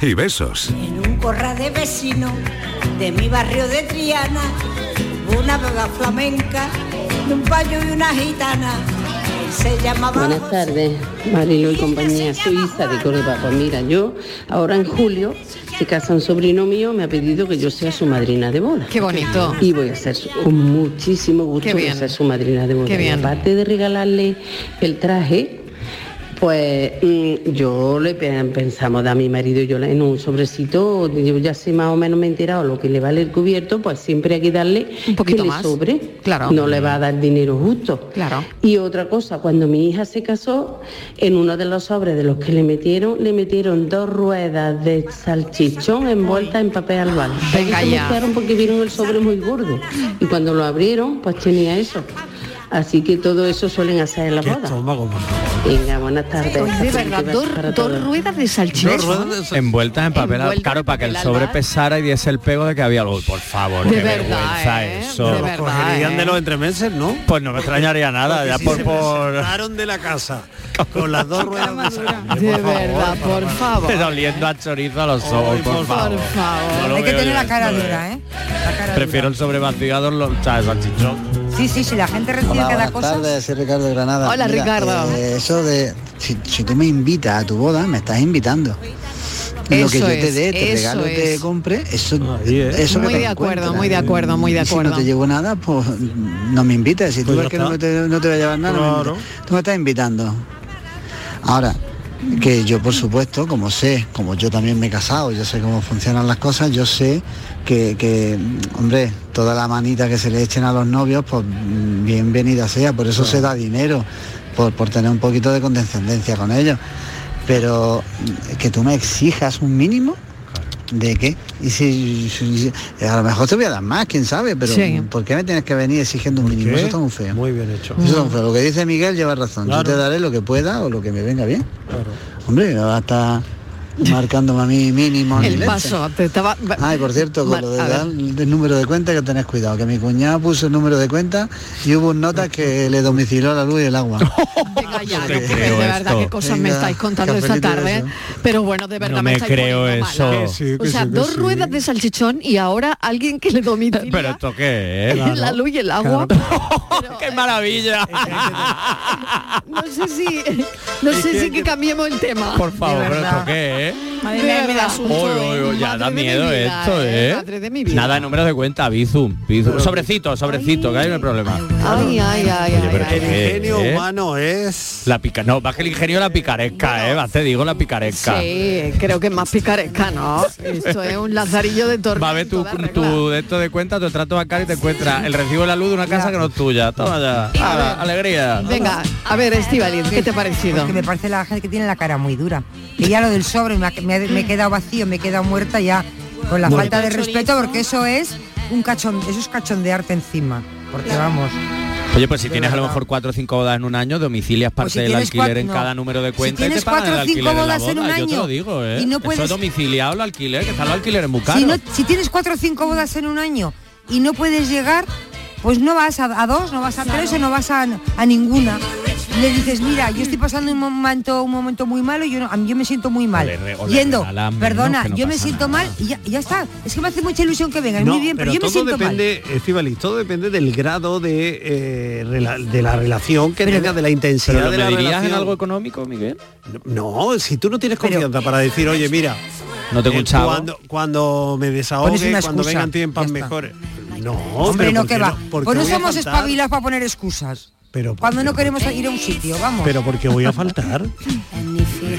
I: y besos.
K: En un corral de vecino de mi barrio de Triana, hubo una vaga flamenca, de un payo y una gitana. Él se llamaba
L: Buenas
K: José.
L: tardes, Marilo y compañía, soy Isa de Córdoba. Pues mira, yo ahora en julio se casa un sobrino mío, me ha pedido que yo sea su madrina de boda.
C: Qué bonito.
L: Y voy a ser su- con muchísimo gusto
C: Qué
L: voy a
C: bien.
L: ser su madrina de boda.
C: Qué
L: Y
C: bien.
L: aparte de regalarle el traje, pues mm, yo le pe- pensamos dar a mi marido y yo le- en un sobrecito, yo ya sé más o menos me he enterado lo que le vale el cubierto, pues siempre hay que darle
C: Un poquito
L: que le
C: más.
L: sobre.
C: Claro.
L: No le va a dar dinero justo.
C: Claro.
L: Y otra cosa, cuando mi hija se casó, en uno de los sobres de los que le metieron, le metieron dos ruedas de salchichón envueltas en papel albal. Ellos
C: Venga
L: se
C: ya.
L: mosquearon porque vieron el sobre muy gordo. Y cuando lo abrieron, pues tenía eso. Así que todo eso suelen hacer en la boda. Venga, buenas tardes.
C: De verdad, dos, dos ruedas de salchicha.
B: Envueltas en papel,
C: Envueltas
B: claro,
C: en
B: para que el
C: papel
B: sobre
C: albal.
B: pesara y diese el pego de que había algo. Por favor,
C: De
B: qué
C: verdad,
B: vergüenza
C: ¿eh?
B: eso.
C: De verdad, Cogerían ¿eh? de
B: los
A: entremeses, ¿no?
B: Pues no me extrañaría nada, ya por... por...
A: Sacaron de la casa con las dos ruedas de salchicha.
C: De verdad, por favor.
B: Está oliendo a chorizo a los ojos, por, favor.
C: Por favor.
B: No lo
E: Hay que
B: veo
E: tener
B: yo
E: la cara
B: esto,
E: dura, ¿eh?
B: Prefiero el sobrebastigado, los chas, salchichón.
E: Sí, sí, sí, la gente recibe
G: Hola,
E: cada
G: buenas
E: cosa.
G: tardes, soy Ricardo de Granada.
E: Hola, Ricardo.
G: eh, eso de, si, si tú me invitas a tu boda, me estás invitando. Lo que
C: Eso
G: yo te
C: es,
G: dé, te
C: eso
G: regalo, te
C: es.
G: compre, eso,
C: es.
G: eso que
C: Muy
G: te
C: de acuerdo,
G: encuentras.
C: muy de acuerdo, muy de
G: Y Si
C: acuerdo.
G: no te llevo nada, pues no me invites. Si tú
C: Pues ya
G: ves que no,
C: está.
G: te, no te voy a llevar nada, no me
C: Claro.
G: invites. tú me estás invitando. Ahora, que yo por supuesto, como sé, como yo también me he casado, yo sé cómo funcionan las cosas, yo sé que, que, hombre, toda la manita que se le echen a los novios, pues mm, bienvenida sea, por eso se da dinero, por, por tener un poquito de condescendencia con ellos. Pero mm, que tú me exijas un mínimo. ¿De qué? Y si, si- si- a lo mejor te voy a dar más, quién sabe, pero
A: Sí.
G: ¿por qué me tienes que venir exigiendo un mínimo? Eso está muy feo.
A: Muy bien hecho.
C: Mm.
G: Eso, hombre, lo que dice Miguel lleva razón.
A: Claro.
G: Yo te daré lo que pueda o lo que me venga bien. Hombre, no va a estar marcándome a mí mínimo. ni
C: El
G: leche.
C: paso. Te estaba...
G: Ay, por cierto, con
C: Vale,
G: lo de
C: a ver.
G: dar el número de cuenta hay que tenés cuidado, que mi cuñado puso el número de cuenta y hubo un nota que le domiciló la luz y el agua.
C: Venga ya,
G: te
C: no,
G: creo
C: de verdad,
G: esto.
C: qué cosas me
G: Venga,
C: estáis contando esta
G: cafelito y
C: tarde. ¿eh? Pero bueno, de verdad
B: No
C: me,
B: me
C: estáis
B: creo
C: poniendo
B: eso.
C: mala.
B: Que sí,
C: o
B: que
C: sea,
B: sí, que
C: dos
B: sí.
C: ruedas de salchichón y ahora alguien que le domina
B: Pero esto qué es.
C: la luz y el agua.
B: ¡Qué maravilla!
C: No sé si, no sé si que cambiemos el tema.
B: Por favor, pero esto qué es.
C: Madre
D: mía, me da
B: Uy, uy, uy, ya da miedo esto, ¿eh?
C: de mi vida.
B: Nada de números de cuenta, Bizum. Bizum. Sobrecito, sobrecito, que ahí no hay problema.
C: Ay, ay, ay,
B: Oye,
C: ay.
B: pero esto
A: El
B: qué
A: ingenio
B: es. ¿eh?
A: humano es...
B: La pica, no, más que el ingenio la picaresca, ¿eh? Va, Te digo la picaresca.
C: Sí, creo que es más picaresca, ¿no? Esto es un lazarillo de tormento.
B: Va a ver tu, tu de esto de cuenta, tu trato bancario y te encuentras el recibo de la luz de una casa que no es tuya. Toma ya. Ala, alegría.
C: Venga, a ver, Estivaliz, ¿qué te ha parecido?
E: Porque me parece la gente Pues que tiene la cara muy dura. Que ya lo del sobre me, ha- me ha- me he quedado vacío, me he quedado muerta ya con la
C: Muy
E: falta de
C: bien.
E: respeto, porque eso es un cachón, eso es cachondearte encima. Porque vamos.
B: Oye, pues si tienes a lo mejor cuatro o cinco bodas en un año, domicilias parte
E: Pues si
B: del
E: tienes
B: alquiler
E: cuatro-
B: en
E: no.
B: cada número de cuenta y
E: tienes
B: te pagan
E: cuatro
B: el
E: o cinco
B: alquiler de la
E: bodas en
B: boda,
E: un
B: yo te lo
E: año
B: digo, ¿eh?
E: y no
B: Eso
E: puedes-
B: es domiciliado el alquiler, que está el alquiler en muy caro.
E: Si, no- si tienes cuatro o cinco bodas en un año y no puedes llegar, pues no vas a, a dos, no vas a tres o no vas a, a ninguna. Le dices, mira, yo estoy pasando un momento, un momento muy malo y yo, no- a mí- yo me siento muy mal.
B: O le re- o le
E: Yendo,
B: regalan menos,
E: perdona,
B: que no
E: yo me
B: pasa
E: siento mal y ya, ya está. Es que me hace mucha ilusión que vengan,
A: No,
E: muy bien, pero, yo me
A: todo
E: siento mal.
A: depende, Estíbaliz, todo depende del grado de, eh, rela- de la relación que tengas, de la intensidad
B: ¿Pero lo
A: de la
B: medirías
A: relación.
B: en algo económico, Miguel?
A: No, si tú no tienes confianza para decir, oye, mira,
B: No tengo
A: eh,
B: un chavo.
A: Cuando, cuando me desahogue,
E: Pones una
A: cuando
E: excusa,
A: vengan tiempos
E: ya está.
A: mejores. No,
E: Hombre,
A: pero
E: no
A: ¿por
E: que
A: qué
E: va.
A: ¿Por qué
E: Pues no
A: voy a
E: somos
A: faltar?
E: espabilados para poner excusas.
A: Pero, ¿por
E: Cuando no queremos ir a un sitio, vamos.
A: pero ¿por qué voy a faltar?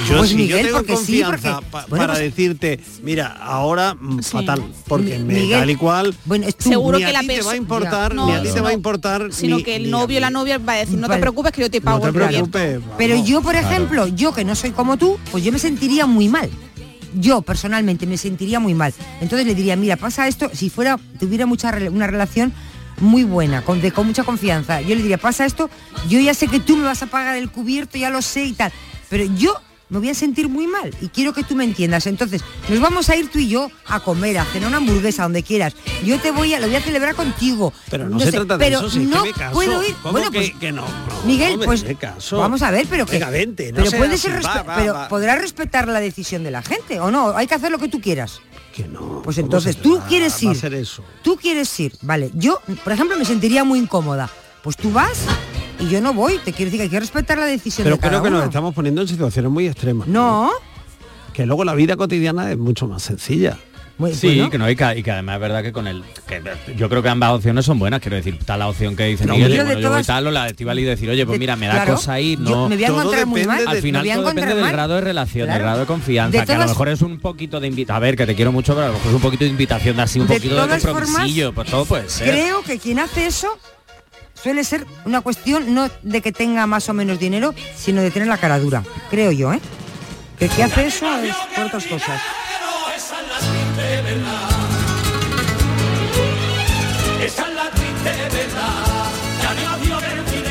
A: Yo,
E: Pues
A: si
E: Miguel,
A: yo tengo
E: porque sí,
A: confianza
E: porque-
A: pa-
E: bueno,
A: para
E: pues-
A: decirte, mira, ahora mm, fatal, porque me
E: Miguel,
A: tal y cual.
E: Bueno, es tú.
D: Seguro
A: ni
D: que
A: a
D: la
A: ti te va
D: perso-
A: a importar,
D: Ya.
A: ni a
D: No,
A: ti te
D: no.
A: va a importar,
D: sino
A: ni-
D: que
A: ni
D: el
A: a
D: novio o la
A: mí.
D: novia va a decir, no te
E: Vale.
D: preocupes que yo te pago
A: te
D: el proyecto".
A: preocupes,
E: Pero
A: vamos.
E: yo, por
A: Claro.
E: ejemplo, yo que no soy como tú, pues yo me sentiría muy mal. Yo personalmente me sentiría muy mal. Entonces le diría, mira, pasa esto, si fuera, tuviera mucha rela- una relación muy buena, con, de- con mucha confianza, yo le diría, pasa esto, yo ya sé que tú me vas a pagar el cubierto, ya lo sé y tal, pero yo me voy a sentir muy mal y quiero que tú me entiendas. Entonces, nos vamos a ir tú y yo a comer, a cenar una hamburguesa, donde quieras. Yo te voy a, lo voy a celebrar contigo.
A: Pero no, se
E: sé,
A: trata de
E: pero
A: eso, si es que
E: no
A: me caso.
E: puedo ir.
A: ¿Cómo
E: Bueno,
A: que-
E: pues
A: que no, no,
E: Miguel,
A: hombre,
E: pues
A: me caso.
E: vamos a ver, pero que
A: Venga, vente, no
E: pero
A: seas
E: puede
A: así,
E: ser
A: va,
E: respe-
A: va,
E: pero
A: va.
E: podrás respetar la decisión de la gente o no, hay que hacer lo que tú quieras.
A: Que no.
E: Pues
A: ¿cómo
E: entonces
A: se
E: tú
A: va-
E: quieres
A: va a
E: ir.
A: ser eso?
E: Tú quieres ir, vale. Yo, por ejemplo, me sentiría muy incómoda. Pues tú vas y yo no voy, te quiero decir que hay que respetar la decisión
A: Pero
E: de cada
A: creo que
E: uno.
A: nos estamos poniendo en situaciones muy extremas.
E: No.
A: Que luego la vida cotidiana es mucho más sencilla.
B: sí, que no, y que, y que además es verdad que con el... que yo creo que ambas opciones son buenas, quiero decir, está la opción que dice
A: No,
B: Miguel, de,
A: yo de
B: bueno, yo voy
A: todas-
B: tal, o la de Estíbaliz de decir, oye, pues
A: de-
B: mira, me da
A: claro,
B: cosa ir,
A: yo
B: no...
A: me voy a Todo encontrar muy depende mal, de-
B: Al
A: me
B: final
A: voy a
B: todo depende
A: encontrar
B: del
A: mal.
B: grado de relación,
A: Claro.
B: del grado de confianza,
A: De
B: que a lo
A: todas-
B: mejor es un poquito de invitación, a ver, que te quiero mucho, pero a lo mejor es un poquito de invitación, de así un
E: De
B: poquito de
E: todas formas,
B: compromisillo, pues todo puede ser.
E: Creo que quien hace eso suele ser una cuestión no de que tenga más o menos dinero, sino de tener la cara dura, creo yo, ¿eh? Que el que hace eso es por otras cosas.
M: Esa es la triste verdad, ya no había vencido.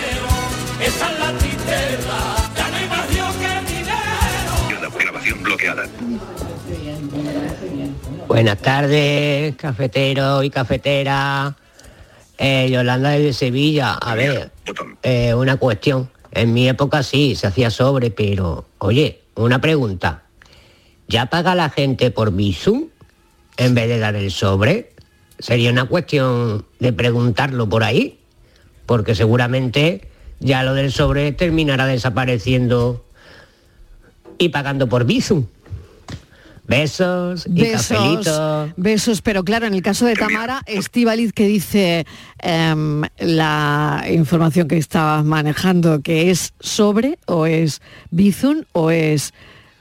N: Buenas tardes, cafetero y cafetera. Eh, Yolanda desde Sevilla, a ver, eh, una cuestión. En mi época sí, se hacía sobre, pero oye, una pregunta. ¿Ya paga la gente por Bizum en vez de dar el sobre? Sería una cuestión de preguntarlo por ahí, porque seguramente ya lo del sobre terminará desapareciendo y pagando por Bizum. Besos y
C: Besos,
N: cafelitos.
C: besos, pero claro, en el caso de Tamara, Estivaliz que dice em, la información que estabas manejando, que es sobre o es bizun o es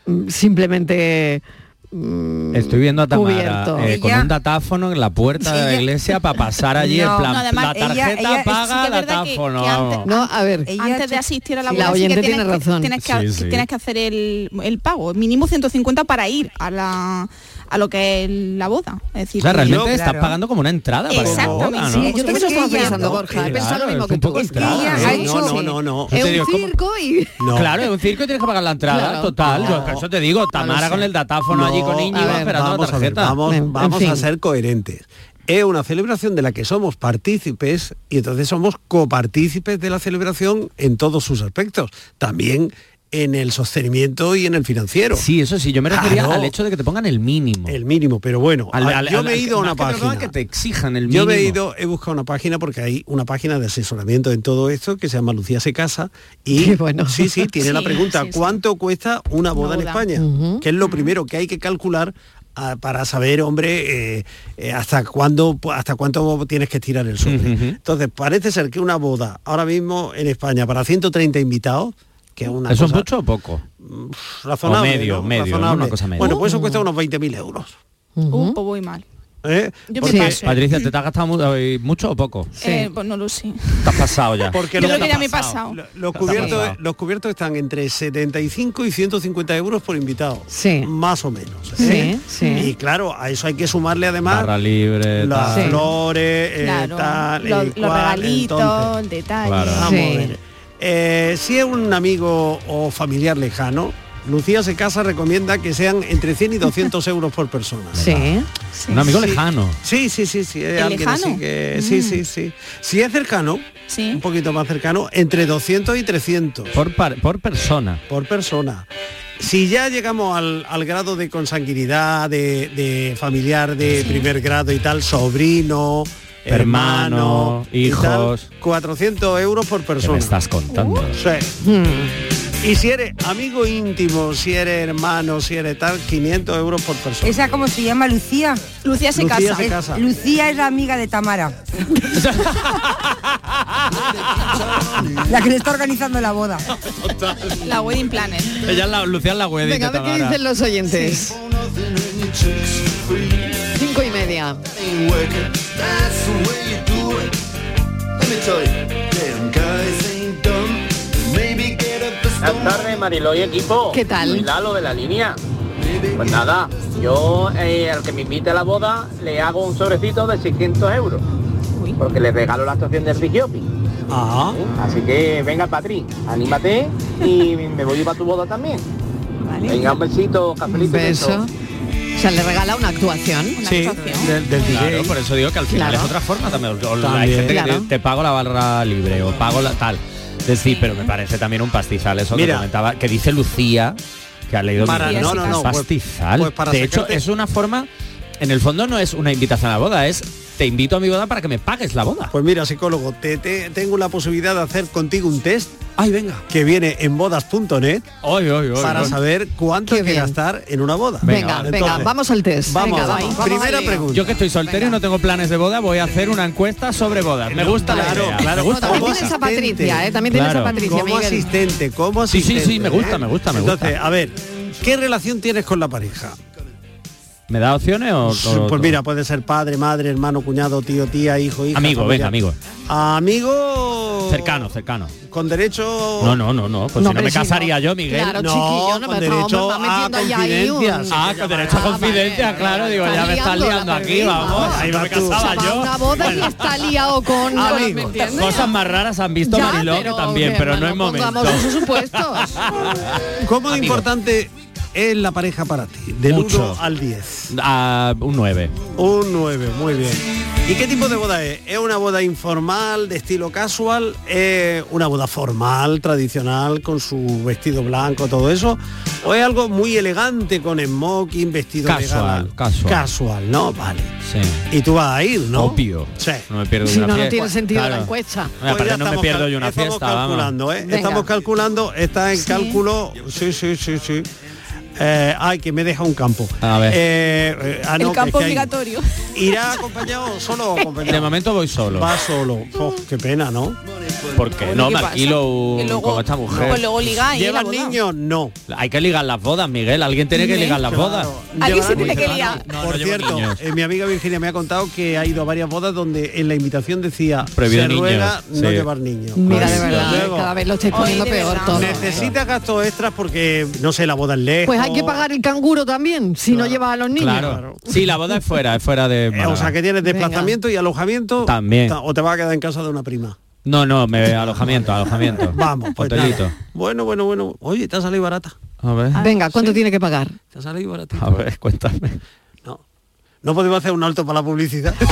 C: mm, simplemente mm,
B: Estoy viendo a
C: cubierto.
B: Tamara eh, con
C: Ella-
B: un datáfono en la puerta de la iglesia para pasar allí
C: No.
B: en plan,
C: No, además,
B: la tarjeta
C: ella- ella-
B: paga
C: sí que es verdad que-
B: datáfono.
C: que antes-
B: vamos.
C: No, a ver,
D: Antes de asistir a la
C: sí,
D: boda,
C: la
D: sí que
C: oyente
D: tienes
C: tiene
D: que-
C: razón.
D: Tienes que,
C: Sí, sí.
D: tienes que hacer el, el pago, mínimo 150 para ir a la a lo que es la boda. Es decir,
B: O sea, realmente
D: yo-
B: estás pagando como una entrada para la boda,
D: Exactamente,
B: ¿no?
D: sí, yo
C: también lo estaba pensando,
B: Claro,
C: Borja, he
B: es
C: pensado lo mismo
B: un
C: que tú.
B: poco
C: Es que
B: entrada,
C: ella
B: ¿eh?
C: ha hecho-
B: No, no, no, no.
C: Es
B: En serio,
C: un
B: ¿cómo?
C: circo y...
B: Claro, es un circo y tienes que pagar la entrada,
C: Claro.
B: total. Yo, por eso te digo, Tamara
A: sé.
B: con el datáfono allí con
A: No,
B: Íñigo
A: a ver,
B: esperando la
A: vamos a ver,
B: tarjeta.
A: vamos vamos
B: En
A: a
B: fin.
A: ser coherentes. Es una celebración de la que somos partícipes y entonces somos copartícipes de la celebración en todos sus aspectos. También en el sostenimiento y en el financiero.
B: Sí, eso sí, yo me refería
A: Claro.
B: al hecho de que te pongan el mínimo.
A: El mínimo, pero bueno,
B: Al-
A: a-
B: al-
A: yo
B: al-
A: me he ido a
B: más
A: una
B: que nada
A: página.
B: que te exijan el
A: Yo me he
B: mínimo.
A: ido, he buscado una página porque hay una página de asesoramiento en todo esto que se llama Lucía se casa y sí, sí, tiene la
B: Sí,
A: pregunta,
B: sí, sí.
A: ¿cuánto cuesta una boda en
B: boda.
A: España? Que es lo primero que hay que calcular ah, para saber, hombre, eh, eh, hasta cuándo hasta cuánto tienes que tirar el sobre. Entonces, parece ser que una boda ahora mismo en España para 130 invitados, que es una
B: ¿Eso es
A: cosa
B: mucho o poco?
A: razonable,
B: O medio,
A: ¿no?
B: medio, ¿no?
A: Razonable.
B: Una cosa media.
A: Bueno, pues eso cuesta unos 20.000 euros.
D: Uh, pues voy mal.
A: ¿eh?
D: Yo me
B: Porque-
D: paso.
B: Patricia, ¿te, te has gastado mu- hoy mucho o poco?
D: Eh, pues no lo sé.
B: Te has pasado ya.
A: Porque
D: Yo
A: lo-
D: creo que ya me he pasado.
A: Los
B: Está
A: cubiertos,
B: pasado.
A: los cubiertos están entre 75 y 150 euros por invitado. Más o menos.
C: Sí,
A: ¿eh?
C: sí.
A: Y claro, a eso hay que sumarle además
B: Barra libre,
A: las
B: tal.
A: flores, eh,
D: Claro,
A: tal,
D: los,
A: el
D: los
A: cual,
D: regalitos,
A: entonces,
D: el detalle.
B: Claro.
A: vamos
B: Sí.
A: a ver. Eh, si es un amigo o familiar lejano, Lucía se casa recomienda que sean entre 100 y 200 euros por persona.
C: Sí.
B: Un amigo
A: Sí.
B: lejano.
A: Sí, sí, sí, sí. es
B: ¿El
A: alguien así
B: lejano?
A: que- sí,
B: Mm.
A: sí, sí. Si es cercano, un poquito más cercano, entre 200 y 300.
B: Por, par- por persona.
A: Por persona. Si ya llegamos al, al grado de consanguinidad, de, de familiar de primer grado y tal, sobrino, hermano,
B: Hermano,
A: y tal,
B: hijos.
A: 400 euros por
B: ¿Qué me
A: persona.
B: estás contando?
A: Sí. Y si eres amigo íntimo, si eres hermano, si eres tal, 500 euros por persona.
E: ¿Esa cómo se llama, Lucía? Eh,
D: Lucía
A: se Lucía casa. se casa.
E: Lucía es la amiga de Tamara. la que le está organizando la boda.
D: La wedding planner.
B: Ella es la, Lucía es la wedding
C: Venga, a
B: de
C: ver qué
B: Tamara.
C: dicen los oyentes. Cinco y media.
O: That's the way you do it. Let me tell you, damn guys ain't dumb. Maybe get up the
P: Buenas tardes, Mariló y equipo.
C: ¿Qué tal?
P: Soy Lalo de la línea. Pues nada, yo eh, al que me invite a la boda le hago un sobrecito de 600 euros. Porque le regalo la actuación del Big Yopi.
C: Ah.
P: ¿Sí? Así que venga, Patri, anímate y me voy para tu boda también. Venga, un besito, cafelito.
C: Un beso. O sea, le regala una actuación.
B: Sí, del, del
C: Claro,
B: DJ. por eso digo que al final
C: Claro.
B: es otra forma también. O- o- Hay
C: También.
B: gente que
C: Claro.
B: te, te pago la barra libre o pago la tal. Decir, pero me parece también un pastizal eso
A: Mira.
B: que comentaba, que dice Lucía, que ha leído mi
A: Para-
B: libro,
A: no,
B: que
A: no,
B: es
A: no, pues-
B: pastizal.
A: pues para
B: de hecho,
A: sacarte-
B: es una forma, en el fondo no es una invitación a la boda, es te invito a mi boda para que me pagues la boda.
A: Pues mira, psicólogo, te, te- tengo la posibilidad de hacer contigo un test. Ay, venga. Que viene en bodas.net
B: Hoy, hoy, hoy.
A: para saber cuánto hay que gastar en una boda.
C: Venga, venga,
A: Entonces,
C: vamos al test.
A: Vamos,
C: Venga,
A: vamos.
C: vamos, vamos
A: Primera
C: al lío.
A: pregunta.
B: Yo que estoy soltero y no tengo planes de boda, voy a hacer una encuesta sobre bodas. Me gusta
A: Eh, Claro,
B: la idea.
A: claro.
B: Me gusta.
C: También tienes a Patricia, ¿eh? También tienes
B: Claro.
C: a Patricia,
A: como
C: Miguel.
A: asistente, como
B: Sí, sí,
A: asistente.
B: sí, me gusta, me gusta, me gusta.
A: Entonces, a ver, ¿qué relación tienes con la pareja?
B: ¿Me da opciones o, o-
A: Pues mira, puede ser padre, madre, hermano, cuñado, tío, tía, hijo, hija.
B: Amigo, venga,
A: familiar.
B: amigo.
C: Oh.
A: Amigo
B: Cercano, cercano.
A: con derecho
B: No, no, no, no. Pues si no me casaría yo, Miguel.
C: Claro, chiquillo, no me
A: derecho
C: estás metiendo ya ahí un...
B: Ah, con derecho a confidencia, claro. Digo, ya me estás liando aquí, vamos. Ahí me casaba
C: Va a
B: yo.
C: una boda y está liado con...
B: Amigos,
C: ¿me entiendes?
B: Ah, cosas más raras han visto
C: Ya,
B: Mariló que
C: pero
B: también,
C: que
B: pero no es momento.
C: Pongamos esos supuestos.
A: ¿Cómo de importante es la pareja para ti? Del
B: Mucho.
A: 1 al 10.
B: A Ah, un 9.
A: Un 9, muy bien. ¿Y qué tipo de boda es? ¿Es una boda informal, de estilo casual? ¿Es una boda formal, tradicional, con su vestido blanco, todo eso? ¿O es algo muy elegante, con smoking, vestido de gala?
B: Casual, casual.
A: Casual, ¿no? Vale.
B: Sí.
A: Y tú vas a ir, ¿no?
B: Obvio.
A: Sí.
B: No me pierdo
C: Si
B: una
C: no, no
B: fiesta.
C: tiene sentido la
B: Claro.
C: encuesta.
B: Oye, aparte no me
A: estamos
B: pierdo
A: cal-
B: yo una
A: estamos
B: fiesta, vamos.
A: calculando, ¿eh?
C: Venga.
A: Estamos calculando, está en
C: Sí.
A: cálculo. Sí, sí, sí, sí. Eh, ay, que me deja un campo.
B: A ver.
A: Eh, eh, ah, no,
D: el
A: que
D: campo
A: es que hay-
D: obligatorio.
A: ¿Irá acompañado solo o acompañado?
B: De momento voy solo.
A: Va solo. Oh, qué pena, ¿no?
B: Porque no,
A: ¿qué
B: me
A: pasa?
B: alquilo un-
A: Que luego-
B: con esta mujer.
A: pues luego ligáis, ¿eh,
B: ¿Llevan
A: la boda? niños? No.
B: Hay que ligar las bodas, Miguel. Alguien tiene que
A: Sí,
B: ligar las
A: claro.
B: bodas.
A: Llevarán niños.
B: liar. No, no
A: Por
B: llevo
A: cierto,
B: niños.
A: eh, mi amiga Virginia me ha contado que ha ido a varias bodas donde en la invitación decía
B: Prohibido
A: se
B: niños,
A: ruega no
B: sí.
A: llevar niños.
C: Mira, de
A: Así
C: verdad, eh,
A: luego.
C: cada vez lo estáis poniendo peor todo.
A: Necesitas gastos extras porque, no sé, la boda es lejos.
C: Pues hay que pagar el canguro también, si no llevas a los niños.
B: Claro. Sí, la boda es fuera, es fuera de.
A: Eh, o sea, que tienes
C: Venga.
A: desplazamiento y alojamiento.
B: También.
A: ta- O te vas a quedar en casa de una prima.
B: No, no, me alojamiento, alojamiento.
A: Vamos, pues
B: Hotelito.
A: Bueno, bueno, bueno. Oye, te ha salido barata.
B: A ver.
C: Venga, ¿cuánto tiene que pagar?
A: Te ha salido barata.
B: A ver, cuéntame.
A: No podemos hacer un alto para la publicidad.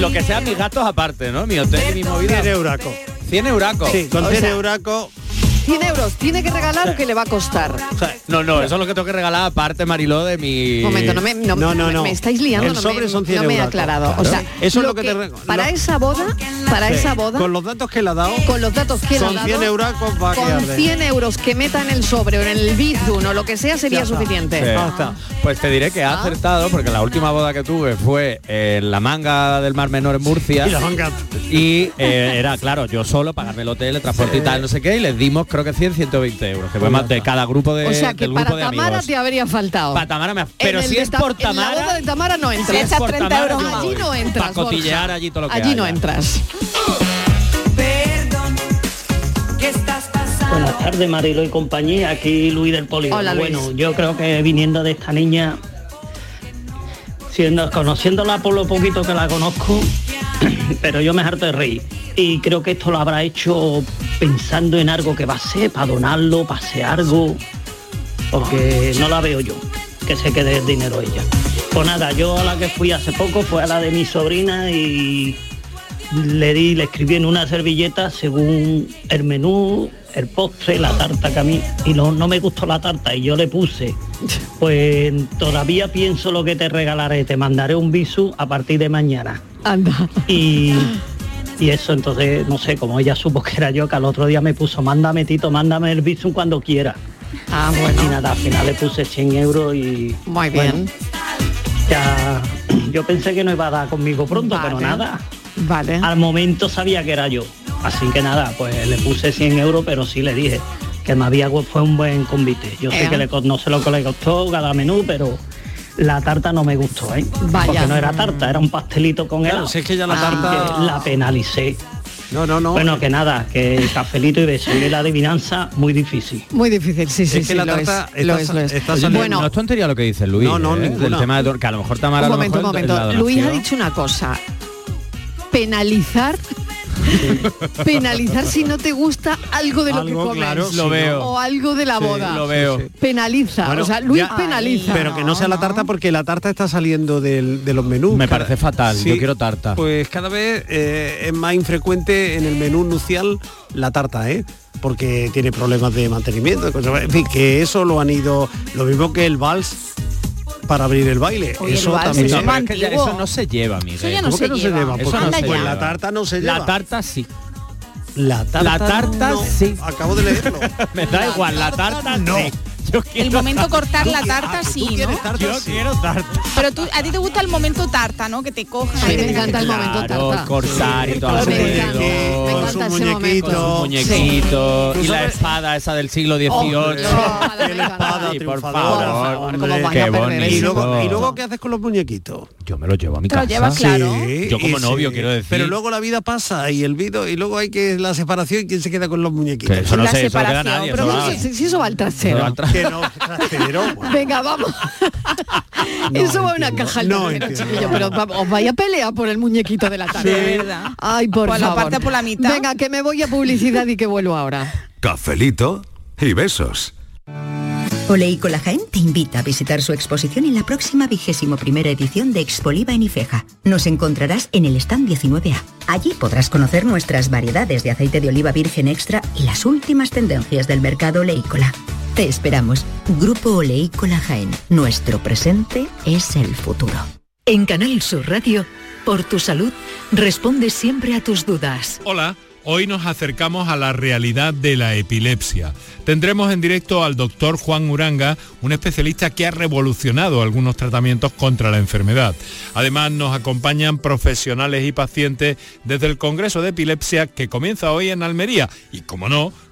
B: Lo que sean mis gastos aparte, ¿no? Mi hotel y mi movida. 100
A: euracos.
B: 100 euracos.
A: Sí, con
B: O
A: 100
B: sea,
A: euracos.
C: 100 euros, tiene que regalar o que le va a costar.
B: No, no, eso es lo que tengo que regalar aparte, Mariló, de mi...
C: Un momento, no me, no, me- me estáis liando,
B: El
C: no,
B: sobre
C: me,
B: son 100
C: no me he
B: euros.
C: aclarado. O
B: Claro.
C: sea,
B: Eso es lo que te re-
C: para
B: lo-
C: esa boda, para
A: Sí.
C: esa boda,
A: Con los datos que le ha dado.
C: con los datos que le
A: Son
C: ha dado,
A: 100 euracos va a quedar
C: con
A: de-
C: 100 euros que meta en el sobre o en el bizun o lo que sea sería suficiente.
B: Sí. Pues te diré que
C: Ah.
B: ha acertado porque la última boda que tuve fue en la manga del Mar Menor en Murcia.
A: Y la manga.
B: Y, eh, era, claro, yo solo pagarme el hotel, el transporte y tal, no sé qué, y les dimos creo que 100, 120 euros,
C: Pues
B: que fue más de cada grupo de,
C: o sea que
B: Eh, del grupo
C: para
B: de
C: Tamara
B: amigos.
C: te habría faltado.
B: Para Tamara me- pero
C: el
B: si
C: de
B: es
C: Ta-
B: por
C: En la boda
B: Tamara,
C: de Tamara no
B: si
C: entras.
B: es por Tamara, yo
C: allí
B: voy.
C: no entras.
B: Pa' cotillear
C: Borja.
B: allí todo lo que
C: Allí no
B: haya.
C: entras.
Q: Buenas tardes, Marilo y compañía. Aquí Luis del Polígono.
C: Hola, Luis.
Q: Bueno, yo creo que viniendo de esta niña, siendo, conociéndola por lo poquito que la conozco, pero yo me harto de reír. Y creo que esto lo habrá hecho pensando en algo que va a ser, para donarlo, para hacer algo, porque no la veo yo, que se quede el dinero ella. Pues nada, yo a la que fui hace poco fue a la de mi sobrina y le di, le escribí en una servilleta según el menú, el postre, la tarta que a mí, y no, no me gustó la tarta, y yo le puse, pues todavía pienso lo que te regalaré, te mandaré un bisu a partir de mañana.
C: Anda.
Q: Y, y eso, entonces, no sé, como ella supo que era yo, que al otro día me puso, mándame Tito, mándame el bisu cuando quiera.
C: Ah,
Q: bueno. Y nada, al final le puse 100 euros y...
C: Muy
Q: bien. ya, yo pensé que no iba a dar conmigo pronto, pero nada.
C: Vale.
Q: Al momento sabía que era yo. Así que nada, pues le puse 100 euros, pero sí le dije que me había fue un buen convite. Yo sé
C: Ea.
Q: que le, co- no sé lo que le costó cada menú, pero la tarta no me gustó, ¿eh?
C: Vaya.
Q: Porque no era tarta, era un pastelito con helado.
A: si es que ya la
Q: Así
A: tarta-
Q: que la penalicé.
A: No, no, no.
Q: Bueno, que nada, que el cafelito y beso y la adivinanza muy difícil.
C: Muy difícil, sí, sí, sí, lo es, lo es, lo es.
B: bueno, no es tontería lo que dice Luis.
A: No, no,
B: ¿eh? Del
A: ninguna.
B: tema de, que a lo mejor Tamara
C: un
B: a lo
C: momento, un
B: mejor en la
C: momento.
B: donación-
C: Luis ha dicho una cosa. Penalizar. penalizar si no te gusta algo de lo
A: Algo,
C: que comes
A: claro, sí,
C: o
A: Lo veo.
C: algo de la
A: Sí,
C: boda.
A: lo veo. Sí, sí.
C: Penaliza,
A: Bueno,
C: o sea, Luis
A: ya-
C: penaliza.
A: Pero que no sea la tarta porque la tarta está saliendo del- de los menús.
B: Me
A: Cada-
B: parece fatal,
A: Sí,
B: yo quiero tarta.
A: Pues cada vez eh, es más infrecuente en el menú nucial la tarta, ¿eh? Porque tiene problemas de mantenimiento, de cosas- en fin, que eso lo han ido, lo mismo que el vals para abrir el baile.
B: Oye, el
A: eso
B: vals,
A: también.
B: eso es No, pero es que ya antiguo. eso no se lleva, Miguel. Eso ya no
A: ¿Cómo que
B: se lleva.
A: Pues,
B: Eso no se
A: pues
B: lleva.
A: la tarta no se
B: La
A: lleva.
B: tarta sí.
A: La tarta,
B: La tarta
A: no.
B: sí.
A: Acabo de leerlo.
B: Me da igual, la tarta no. Yo
D: El
B: quiero
D: momento
B: tarta.
D: cortar la
B: Tú quieres-
D: tarta sí, ¿no?
B: Yo quiero tarta.
D: Pero tú, a ti te gusta el momento tarta, ¿no? Que te coja.
C: Sí, me encanta el momento
B: Claro,
C: tarta.
B: cortar y todo
C: Me encanta,
B: alrededor,
C: me encanta
B: con
C: ese momento.
B: con su muñequito y la espada esa del siglo XVIII. Sí, por favor,
A: Hombre,
B: qué
A: qué bonito.
B: bonito.
A: Y luego, y luego, ¿qué haces con los muñequitos?
B: Yo me lo llevo a mi
A: Te lo
B: casa.
A: llevas, claro. Sí,
B: Yo como
A: y
B: novio
A: sí.
B: quiero decir.
A: Pero luego la vida pasa y el vido y luego hay que la separación y quién se queda con los muñequitos.
B: Que eso no La sé, eso no queda separación, nadie,
C: Pero
B: eso
C: no
B: va.
C: sé si- si eso va al trasero.
B: Eso va al trasero.
A: Que no, trasero, bueno.
C: Venga, vamos. eso va a una caja al
A: No
C: trasero,
A: entiendo.
C: chiquillo, pero va- os vais a pelear por el muñequito de la tarta.
A: Sí. De verdad.
C: Ay, por
D: Pues Por la
C: favor.
D: parte por la mitad.
C: Venga, que me voy a publicidad y que vuelvo ahora.
M: Cafelito y besos.
R: Olei Colagén te invita a visitar su exposición en la próxima vigésimo primera edición de Expoliva en Ifeja. Nos encontrarás en el stand 19A. Allí podrás conocer nuestras variedades de aceite de oliva virgen extra y las últimas tendencias del mercado oleícola. Te esperamos. Grupo Oleícola Jaén. Nuestro presente es el futuro.
S: En Canal Sur Radio, por tu salud, responde siempre a tus dudas.
T: Hola, hoy nos acercamos a la realidad de la epilepsia. Tendremos en directo al doctor Juan Uranga, un especialista que ha revolucionado algunos tratamientos contra la enfermedad. Además, nos acompañan profesionales y pacientes desde el Congreso de Epilepsia que comienza hoy en Almería. Y como no,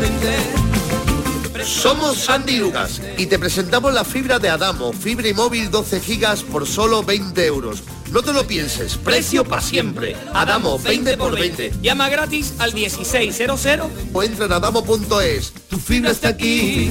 O: vente. Somos Sandy Lucas y te presentamos la fibra de Adamo, fibra y móvil 12 gigas por solo 20 euros. No te lo pienses, precio para siempre. Adamo, 20 por 20. Llama gratis al 1600 o entra en adamo.es. Tu fibra está aquí.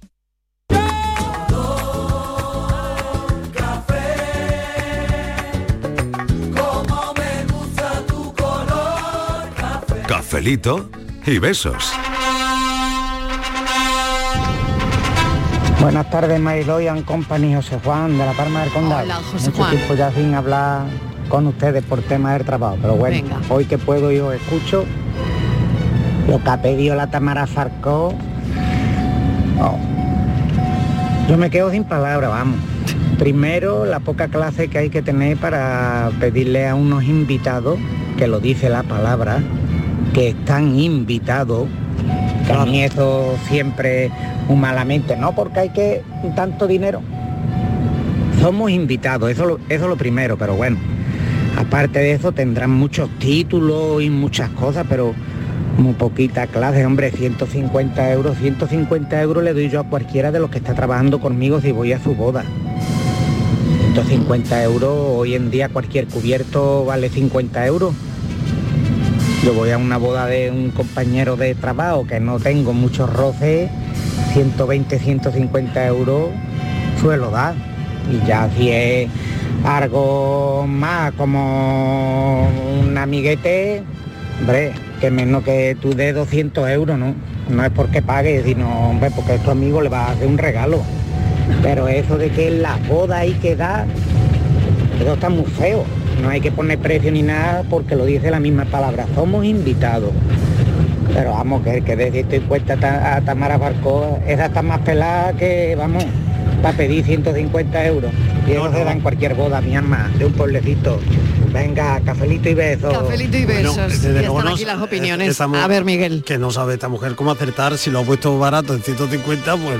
O: Como me gusta tu color.
M: Cafelito y besos.
F: Buenas tardes, Mariló y and Company, José Juan, de La Palma del Condado.
C: Hola, José
F: Mucho
C: Juan.
F: tiempo pues ya sin hablar con ustedes por temas del trabajo, pero bueno,
C: Venga.
F: hoy que puedo yo escucho lo que ha pedido la Tamara Farcó. Oh. Yo me quedo sin palabras, vamos. Primero, la poca clase que hay que tener para pedirle a unos invitados, que lo dice la palabra, que están invitados que a mí eso siempre un malamente, no porque hay que tanto dinero. Somos invitados, eso, lo- eso es lo primero, pero bueno, aparte de eso tendrán muchos títulos y muchas cosas, pero muy poquita clase, hombre, 150 euros, 150 euros le doy yo a cualquiera de los que está trabajando conmigo si voy a su boda. 150 euros, hoy en día cualquier cubierto vale 50 euros. Yo voy a una boda de un compañero de trabajo que no tengo muchos roces, 120, 150 euros suelo dar. Y ya si es algo más como un amiguete, hombre, que menos que tú de 200 euros, ¿no? No es porque pague, sino, hombre, porque a tu amigo le va a hacer un regalo. Pero eso de que en la boda hay que dar, eso está muy feo. No hay que poner precio ni nada porque lo dice la misma palabra. Somos invitados. Pero vamos, que el que dé 150 ta- a Tamara Barco, esa está más pelada que, vamos, para pedir 150 euros. Y eso se da en cualquier boda, mi alma, de un pueblecito. Venga, cafelito y besos.
C: Cafelito y besos.
A: Bueno, desde
C: Y
A: luego
C: están
A: nos-
C: aquí las
A: eh,
C: opiniones.
A: esa mu-
C: A ver, Miguel.
A: Que no sabe esta mujer cómo acertar, si lo ha puesto barato en 150, pues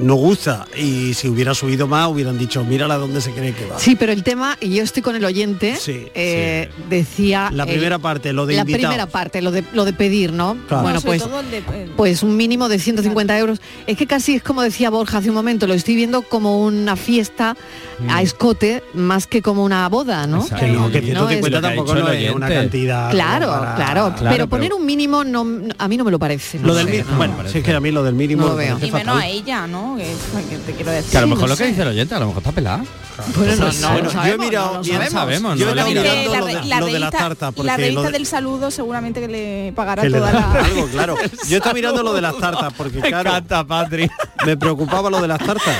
A: no gusta. Y si hubiera subido más, hubieran dicho, mírala dónde se cree que va.
C: Sí, pero el tema, y yo estoy con el oyente,
A: Sí,
C: eh, decía...
A: La
C: el-
A: primera parte, lo de
C: La
A: invitado.
C: primera parte, lo de, lo de pedir, ¿no?
A: Claro.
C: Bueno,
A: No, sobre
C: pues,
A: todo
D: el de- el-
C: pues un mínimo de 150 euros. Es que casi es como decía Borja hace un momento, lo estoy viendo como una fiesta
A: Mm.
C: a escote más que como una boda, ¿no?
A: Que no, que 150
B: Lo que ha
A: tampoco
B: dicho
A: no
B: el
A: es una
B: oyente.
A: cantidad.
C: Claro,
A: como para-
C: claro, pero poner un mínimo no, no- a mí no me lo parece. no
A: Lo del
C: sé,
A: mínimo,
C: no.
A: bueno, si es que a mí lo del mínimo
C: No lo
A: me
C: veo.
A: parece
D: Y menos
A: fatal.
D: a ella, ¿no? Que, que te quiero decir.
B: Que a lo
D: no
B: mejor lo
D: sé.
B: que dice el oyente, a lo mejor está pelada.
C: Bueno,
A: no, no,
B: Bueno,
A: no
B: yo he
A: sabemos,
B: mirado
A: no
B: bien,
A: sabemos.
B: sabemos,
A: Yo
B: ¿no?
A: he estado
B: La mirada.
A: mirando
D: la,
A: lo
D: re-
A: de-
D: la
A: lo de la
D: revista,
A: tarta, porque
D: la
A: lo
D: revista
A: de-
D: del saludo seguramente que le pagará
A: Que le
D: toda
A: da
D: la...
A: algo, claro. Yo estaba mirando lo de las tartas porque claro, me preocupaba lo de las tartas.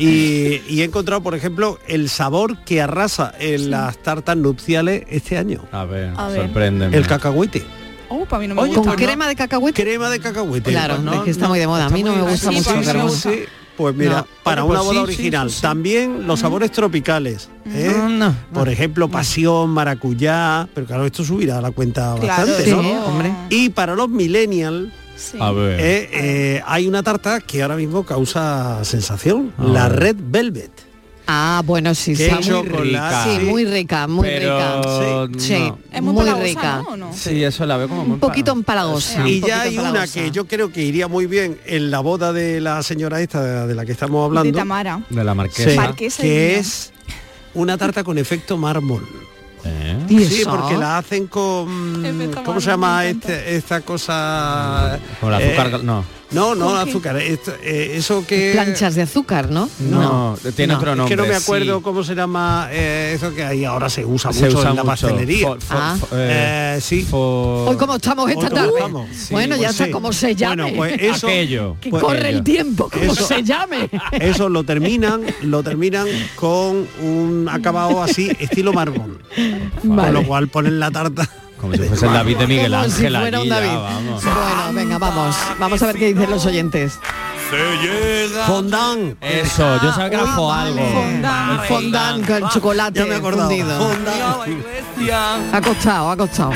A: Y, y he encontrado, por ejemplo, el sabor que arrasa en las tartas nupciales este año.
B: A ver,
D: A ver.
B: sorpréndeme.
A: El cacahuete.
D: Oh, para mí no me
C: Oye,
D: gusta.
C: ¿Con
B: pues
C: crema de cacahuete?
A: Crema de cacahuete.
C: Claro,
A: Pues no, Ah,
C: es que está muy de moda. A mí no me gusta
A: Sí,
C: mucho.
A: sí,
C: la crema.
A: sí, sí. Pues mira,
C: No.
A: para una
C: Bueno, pues
A: boda
C: sí, sí,
A: original. También los sabores tropicales. ¿eh?
C: Ah.
A: Por ejemplo, pasión, maracuyá. Pero claro, esto subirá a la cuenta
C: Claro,
A: bastante,
C: sí,
A: ¿no?
C: hombre.
A: Y para los millennials.
T: A ver.
A: eh, eh, hay una tarta que ahora mismo causa sensación, la Red Velvet.
C: Ah, bueno, sí,
A: Qué
C: sí.
A: chocolate.
C: Sí, muy rica, muy
B: Pero
C: rica. Sí,
B: no.
C: sí, muy, rica.
B: Sí, eso la veo como muy
C: Un poquito empalagosa.
A: Y
C: un
A: ya
C: poquito
A: hay una
C: empalagosa.
A: que yo creo que iría muy bien en la boda de la señora esta de la que estamos hablando.
D: De Tamara.
B: De la
A: Sí,
B: marquesa.
A: que es una tarta con efecto mármol.
B: ¿Y
A: Sí,
B: eso?
A: porque la hacen con... ¿Cómo se llama este- esta cosa?
B: Con
A: Eh,
B: azúcar, no.
A: No, no,
C: ¿Con qué?
A: azúcar. esto- eh, eso que...
C: Planchas de azúcar, ¿no?
B: No, tiene otro nombre.
A: Es que no me acuerdo
B: sí.
A: cómo se llama eh, eso que ahí ahora se usa
B: Se
A: mucho
B: usa
A: en la
B: mucho.
A: pastelería.
B: Fo- fo-
C: Ah.
B: fo-
A: eh, sí.
C: Hoy como estamos esta
A: Hoy cómo
C: tarde.
A: estamos. Sí,
C: bueno, ya
A: pues
C: está
A: sí.
C: como se llame.
A: Bueno, pues eso- Aquello,
C: Que
A: pues
C: corre
A: aquello.
C: el tiempo, como
A: Eso-
C: se llame.
A: Eso lo terminan, lo terminan con un acabado así, estilo mármol. Con lo cual ponen la tarta.
B: Como si fuese pues el David de Miguel
C: Como si
B: Ángel.
C: fuera un
B: allí ya,
C: David.
B: Ah, vamos.
C: Bueno, venga, vamos. Vamos a ver qué dicen los oyentes.
A: Fondant.
B: Eso, yo sabía que era Foalgo.
C: Fondant, fondant con chocolate
B: Ya me he acordado.
C: fundido. Ha costado, ha costado.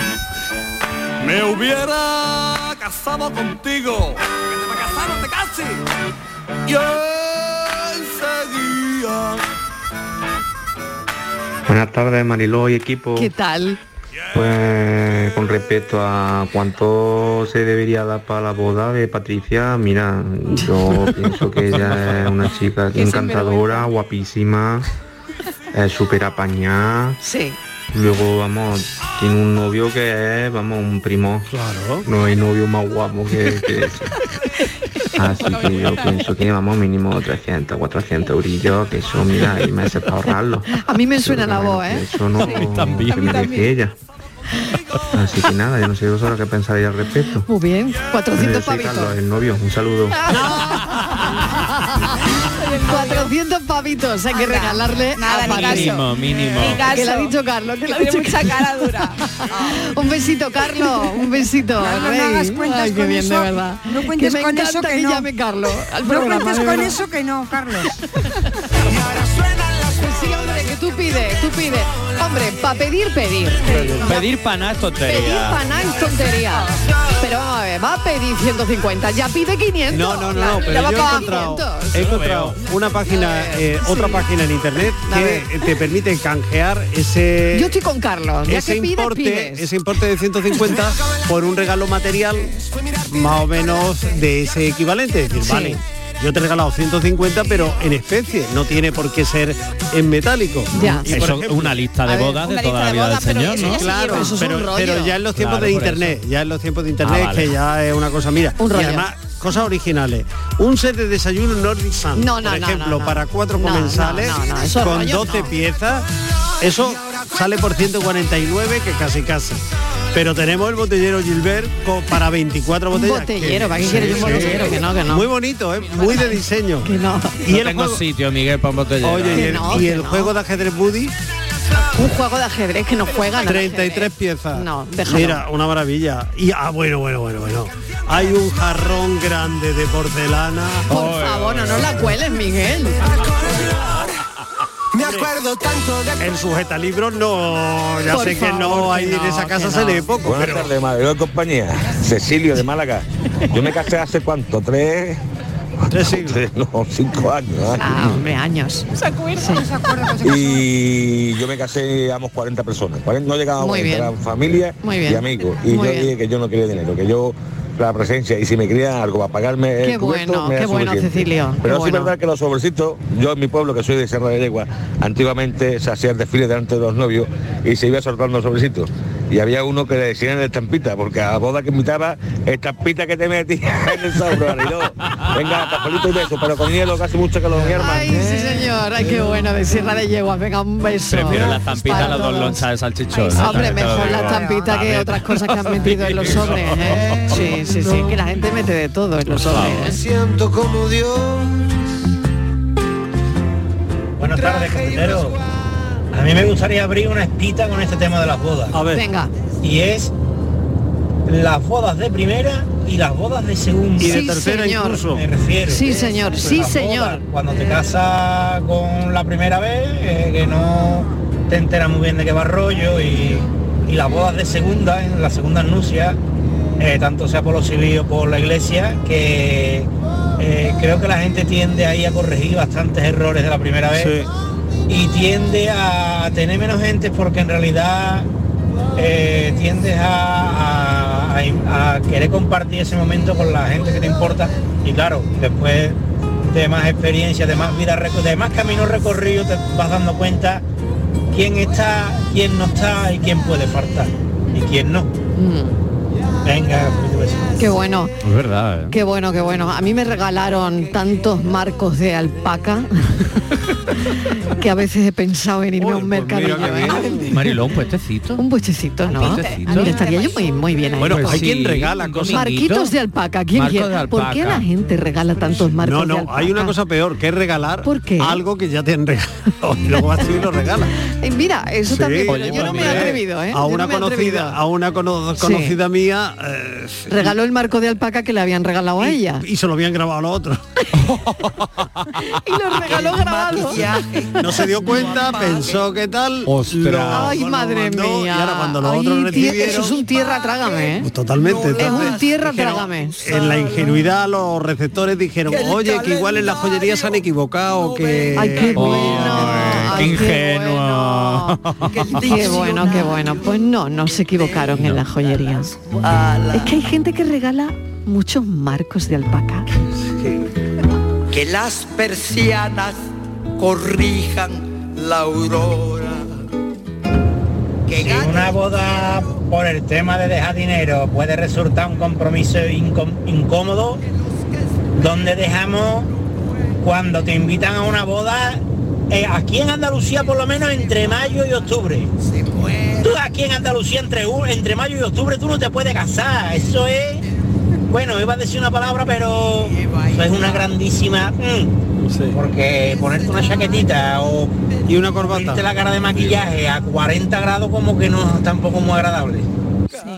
K: Me hubiera casado contigo. Que te va a casar, no te cases. Yo seguía.
U: Buenas tardes, Mariló y equipo.
C: ¿Qué tal?
U: Pues con respecto a cuánto se debería dar para la boda de Patricia, mira, yo pienso que ella es una chica
C: Qué
U: encantadora, guapísima, es súper apañada.
C: Sí.
U: Luego, vamos, tiene un novio que es, vamos, un primo.
A: Claro.
U: No hay novio más guapo que, que ese. Así que yo pienso que, vamos, mínimo 300, 400 eurillos, que eso, mira, hay meses para ahorrarlo.
C: A mí me suena la voz, ¿eh?
U: Eso no se merece ella. Así que nada, yo no sé vosotros qué pensaréis al respecto.
C: Muy bien, 400
U: Yo soy
C: pavitos.
U: Carlos, el novio, un saludo.
C: 400 pavitos hay que regalarle a
B: ni caso.
C: Patricia.
B: Mínimo, mínimo. Ni
D: caso.
C: Que le ha dicho Carlos, que le ha
D: Tiene
C: dicho
D: mucha cara dura.
C: Un besito, Carlos. Un besito.
E: No, no, no
C: Rey.
E: hagas cuentas
C: Ay, qué
E: con
C: bien,
E: eso.
C: de verdad.
E: No cuentes
C: que me
E: con eso
C: encanta
E: que no.
C: llame Carlos. al
E: No
C: programa,
E: cuentes
C: de
E: con
C: verdad.
E: eso que no, Carlos.
C: Sí, hombre, que tú pides, tú pides. Hombre, para pedir, pedir.
B: Pedir paná es tontería.
C: Pedir paná es tontería. Pero vamos a ver, va a pedir 150, ya pide 500.
A: No, no, no,
C: Ya-
A: no,
C: ya
A: pero
C: va
A: yo he
C: para
A: encontrado,
C: 500.
A: he encontrado una página, eh, otra página en internet
C: A ver.
A: que te permite canjear ese
C: Yo estoy con Carlos. Ya
A: ese
C: que pides,
A: importe,
C: pides.
A: ese importe de 150 por un regalo material más o menos de ese equivalente. Es decir,
C: Sí.
A: vale, yo te he regalado 150, pero en especie, no tiene por qué ser en metálico.
B: Ya.
A: Y, por
B: Eso, una lista de A ver, bodas de una toda lista la de vida bodas, del pero señor, eso ya ¿no? se
A: Claro,
B: lleva. Eso es un
A: pero,
B: rollo.
A: pero ya en los tiempos
B: Claro,
A: de
B: por
A: internet, ya en los tiempos de internet,
B: Ah, vale.
A: que ya es una cosa, mira,
C: Un
A: y
C: rollo.
A: además, cosas originales. Un set de desayuno Nordic Sun,
C: No, no,
A: por
C: no,
A: ejemplo,
C: no, no.
A: para cuatro
C: No, no,
A: comensales
C: no, no, eso
A: con
C: rollo
A: 12 piezas. Eso sale por 149, que casi casi. Pero tenemos el botellero Gilbert co- para 24
C: Un
A: botellas.
C: botellero, ¿para qué quieres un botellero? Que no, que no.
A: Muy bonito, ¿eh? muy de diseño.
C: Que no.
A: Y
B: no
A: el
B: tengo
A: juego-
B: sitio, Miguel, para un botellero.
A: Oye, y el, y el juego de ajedrez Buddy,
C: Un juego de ajedrez que no juegan. al
A: 33
C: ajedrez.
A: piezas.
C: No, déjalo.
A: Mira, una maravilla. Y ah, bueno, bueno, bueno, bueno. Hay un jarrón grande de porcelana.
C: Por favor, no nos la cueles, Miguel.
A: Me acuerdo tanto de... El sujetalibro no, ya
C: Por
A: sé que no,
C: favor,
A: hay
C: que
A: en
C: no,
A: esa casa
C: que
A: se
C: no.
A: lee poco.
V: Buenas
A: pero-
V: tardes, Mariló y compañía. Cecilio de Málaga. Yo me casé hace cuánto, tres...
A: Tres,
V: no, cinco años. ¿eh?
C: Ah, hombre, años.
D: ¿Se acuerda?
C: ¿Se acuerda?
V: Y yo me casé, éramos 40 personas. 40 No llegábamos a
C: Muy
V: 40,
C: bien.
V: eran familia
C: Muy bien.
V: y amigos. Y
C: Muy
V: yo
C: bien.
V: dije que yo no quería dinero, que yo la presencia y si me querían algo para pagarme el
C: Qué
V: cubierto,
C: bueno,
V: me era
C: qué bueno,
V: suficiente.
C: Cecilio, qué
V: Pero sí es
C: bueno.
V: verdad que los sobrecitos, yo en mi pueblo que soy de Sierra de Legua, antiguamente se hacía el desfile delante de los novios y se iba soltando sobrecitos. Y había uno que le decían el estampita, porque a la boda que invitaba, estampita que te metía en el sobre, Mariló. Venga, papelito y beso, pero con hielo casi mucho que lo hiervan.
C: Ay, sí, señor. Ay, qué bueno. De Sierra de Yegua. Venga, un beso.
B: Prefiero la zampita a las dos
C: todos.
B: lonchas de salchichón. ¿eh?
C: Hombre,
B: También te lo
C: mejor
B: digo.
C: la estampita que otras cosas que han metido en los sobres. ¿eh? Sí, sí, sí. Que la gente mete de todo en los sobres.
K: Me siento como Dios
H: Buenas tardes, cafetero. A mí me gustaría abrir una espita con este tema de las bodas. A ver.
C: Venga.
H: Y es las bodas de primera y las bodas de segunda.
C: Y de Sí, tercera señor. incluso.
H: Me refiero.
C: Sí,
H: Eh,
C: señor,
H: pues
C: sí,
H: las bodas,
C: señor.
H: cuando te casas con la primera vez, eh, que no te enteras muy bien de qué va el rollo y, y las bodas de segunda, en la segunda nupcias, eh, tanto sea por los civiles o por la iglesia, que eh, creo que la gente tiende ahí a corregir bastantes errores de la primera vez y tiende a tener menos gente porque en realidad eh, tiendes a, a- a- a querer compartir ese momento con la gente que te importa y claro, después de más experiencia, de más vida, reco- de más camino recorrido, te vas dando cuenta quién está, quién no está y quién puede faltar y quién no. Venga, pues, Felipe, besito.
C: Mm, Qué bueno.
B: Es verdad, ¿eh?
C: Qué bueno, qué bueno. A mí me regalaron tantos marcos de alpaca que a veces he pensado en irme a
A: pues
C: un mercadillo. ¿eh?
B: Marilón, pues este puestecito.
C: Un puestecito, ¿no?
B: Un puestecito.
C: Mira, estaría yo muy, muy bien ahí.
B: Bueno, Pues hay sí, quien
A: regala cosas.
C: Marquitos de alpaca. ¿Quién
A: Marcos
C: quiere?
A: de
C: ¿Por qué
A: alpaca.
C: la gente regala tantos marcos
A: No,
C: de
A: no,
C: alpaca?
A: hay una cosa peor, que es regalar algo que ya te han regalado. Y luego vas tú y lo regalas.
C: Eh, Mira, eso
A: Sí,
C: también.
A: oye,
C: yo no
A: pues
C: me he
A: mira,
C: atrevido, ¿eh? Yo
A: A
C: no
A: una
C: me he atrevido.
A: conocida, a una cono-
C: Sí.
A: conocida mía eh,
C: Regaló el marco de alpaca que le habían regalado a ella.
A: y se lo habían grabado a los otros.
C: Y lo regaló grabado.
A: No se dio cuenta, pensó que tal. lo-
C: Ay,
A: lo
C: madre
A: mandó,
C: mía.
A: Y ahora cuando los otros
C: Ay,
A: lo
C: tie-
A: recibieron.
C: Eso es un tierra trágame, ¿eh?
A: pues totalmente.
C: Es
A: entonces,
C: un tierra trágame.
A: en la ingenuidad los receptores dijeron,
C: Que el
A: oye, que igual en las joyerías se han equivocado, que...
C: Ay, qué bueno.
T: ingenuo.
C: Qué bueno, qué bueno. Pues no, no se equivocaron en la joyería. Es que hay gente que regala muchos marcos de alpaca.
L: que las persianas corrijan la aurora.
H: Si una boda por el tema de dejar dinero puede resultar un compromiso incó- incómodo, donde dejamos cuando te invitan a una boda, eh, aquí en Andalucía por lo menos entre mayo y octubre. Tú aquí en Andalucía entre, u- entre mayo y octubre tú no te puedes casar, eso es... Bueno, iba a decir una palabra, pero eso es una grandísima... mm, Porque ponerte una chaquetita o
A: y una corbata.
H: la cara de maquillaje a 40 grados como que no es tampoco muy agradable.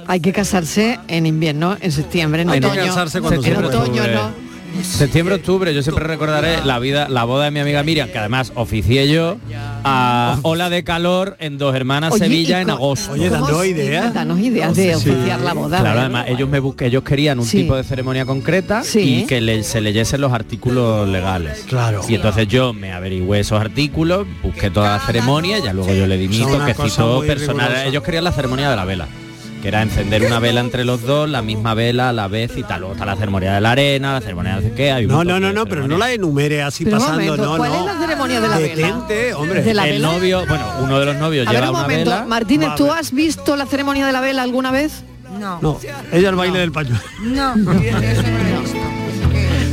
C: Hay que casarse en invierno, en septiembre, en
B: Hay que
C: otoño.
B: casarse cuando se
C: en
B: puede.
C: otoño, no.
B: Septiembre, octubre, yo siempre recordaré la vida, la boda de mi amiga Miriam, que además oficié yo a ola de calor en dos hermanas
C: Oye,
B: Sevilla
C: y
B: en
C: co-
B: agosto.
C: ¿cómo sí? Danos ideas de oficiar la boda.
B: Claro, además ellos me busqué, ellos querían un tipo de ceremonia concreta
C: Sí.
B: y que le- se leyesen los artículos legales. Claro. Y entonces yo me averigüé esos artículos, busqué toda la ceremonia, ya luego yo le di mi
H: Son una cosa
B: toquecito
H: muy
B: personal.
H: rigurosa.
B: Ellos querían la ceremonia de la vela que era encender una vela entre los dos, la misma vela a la vez y tal. Luego está la ceremonia de la arena, la ceremonia de no sé qué. Hay un
A: No,
B: montón
A: no, no,
B: de
A: no, pero
B: ceremonias.
A: no la enumere así
C: Pero un
A: pasando,
C: momento,
A: no,
C: ¿cuál
A: no.
C: es
B: Ah,
C: la ceremonia de la
A: Detente,
C: vela?
A: hombre.
C: ¿De la
B: el
C: vela?
B: novio, bueno, uno de los novios
C: A ver,
B: lleva
C: un
B: una
C: momento.
B: vela.
C: Martínez, ¿tú has visto la ceremonia de la vela alguna vez?
A: No, ella el baile del pañuelo.
E: No,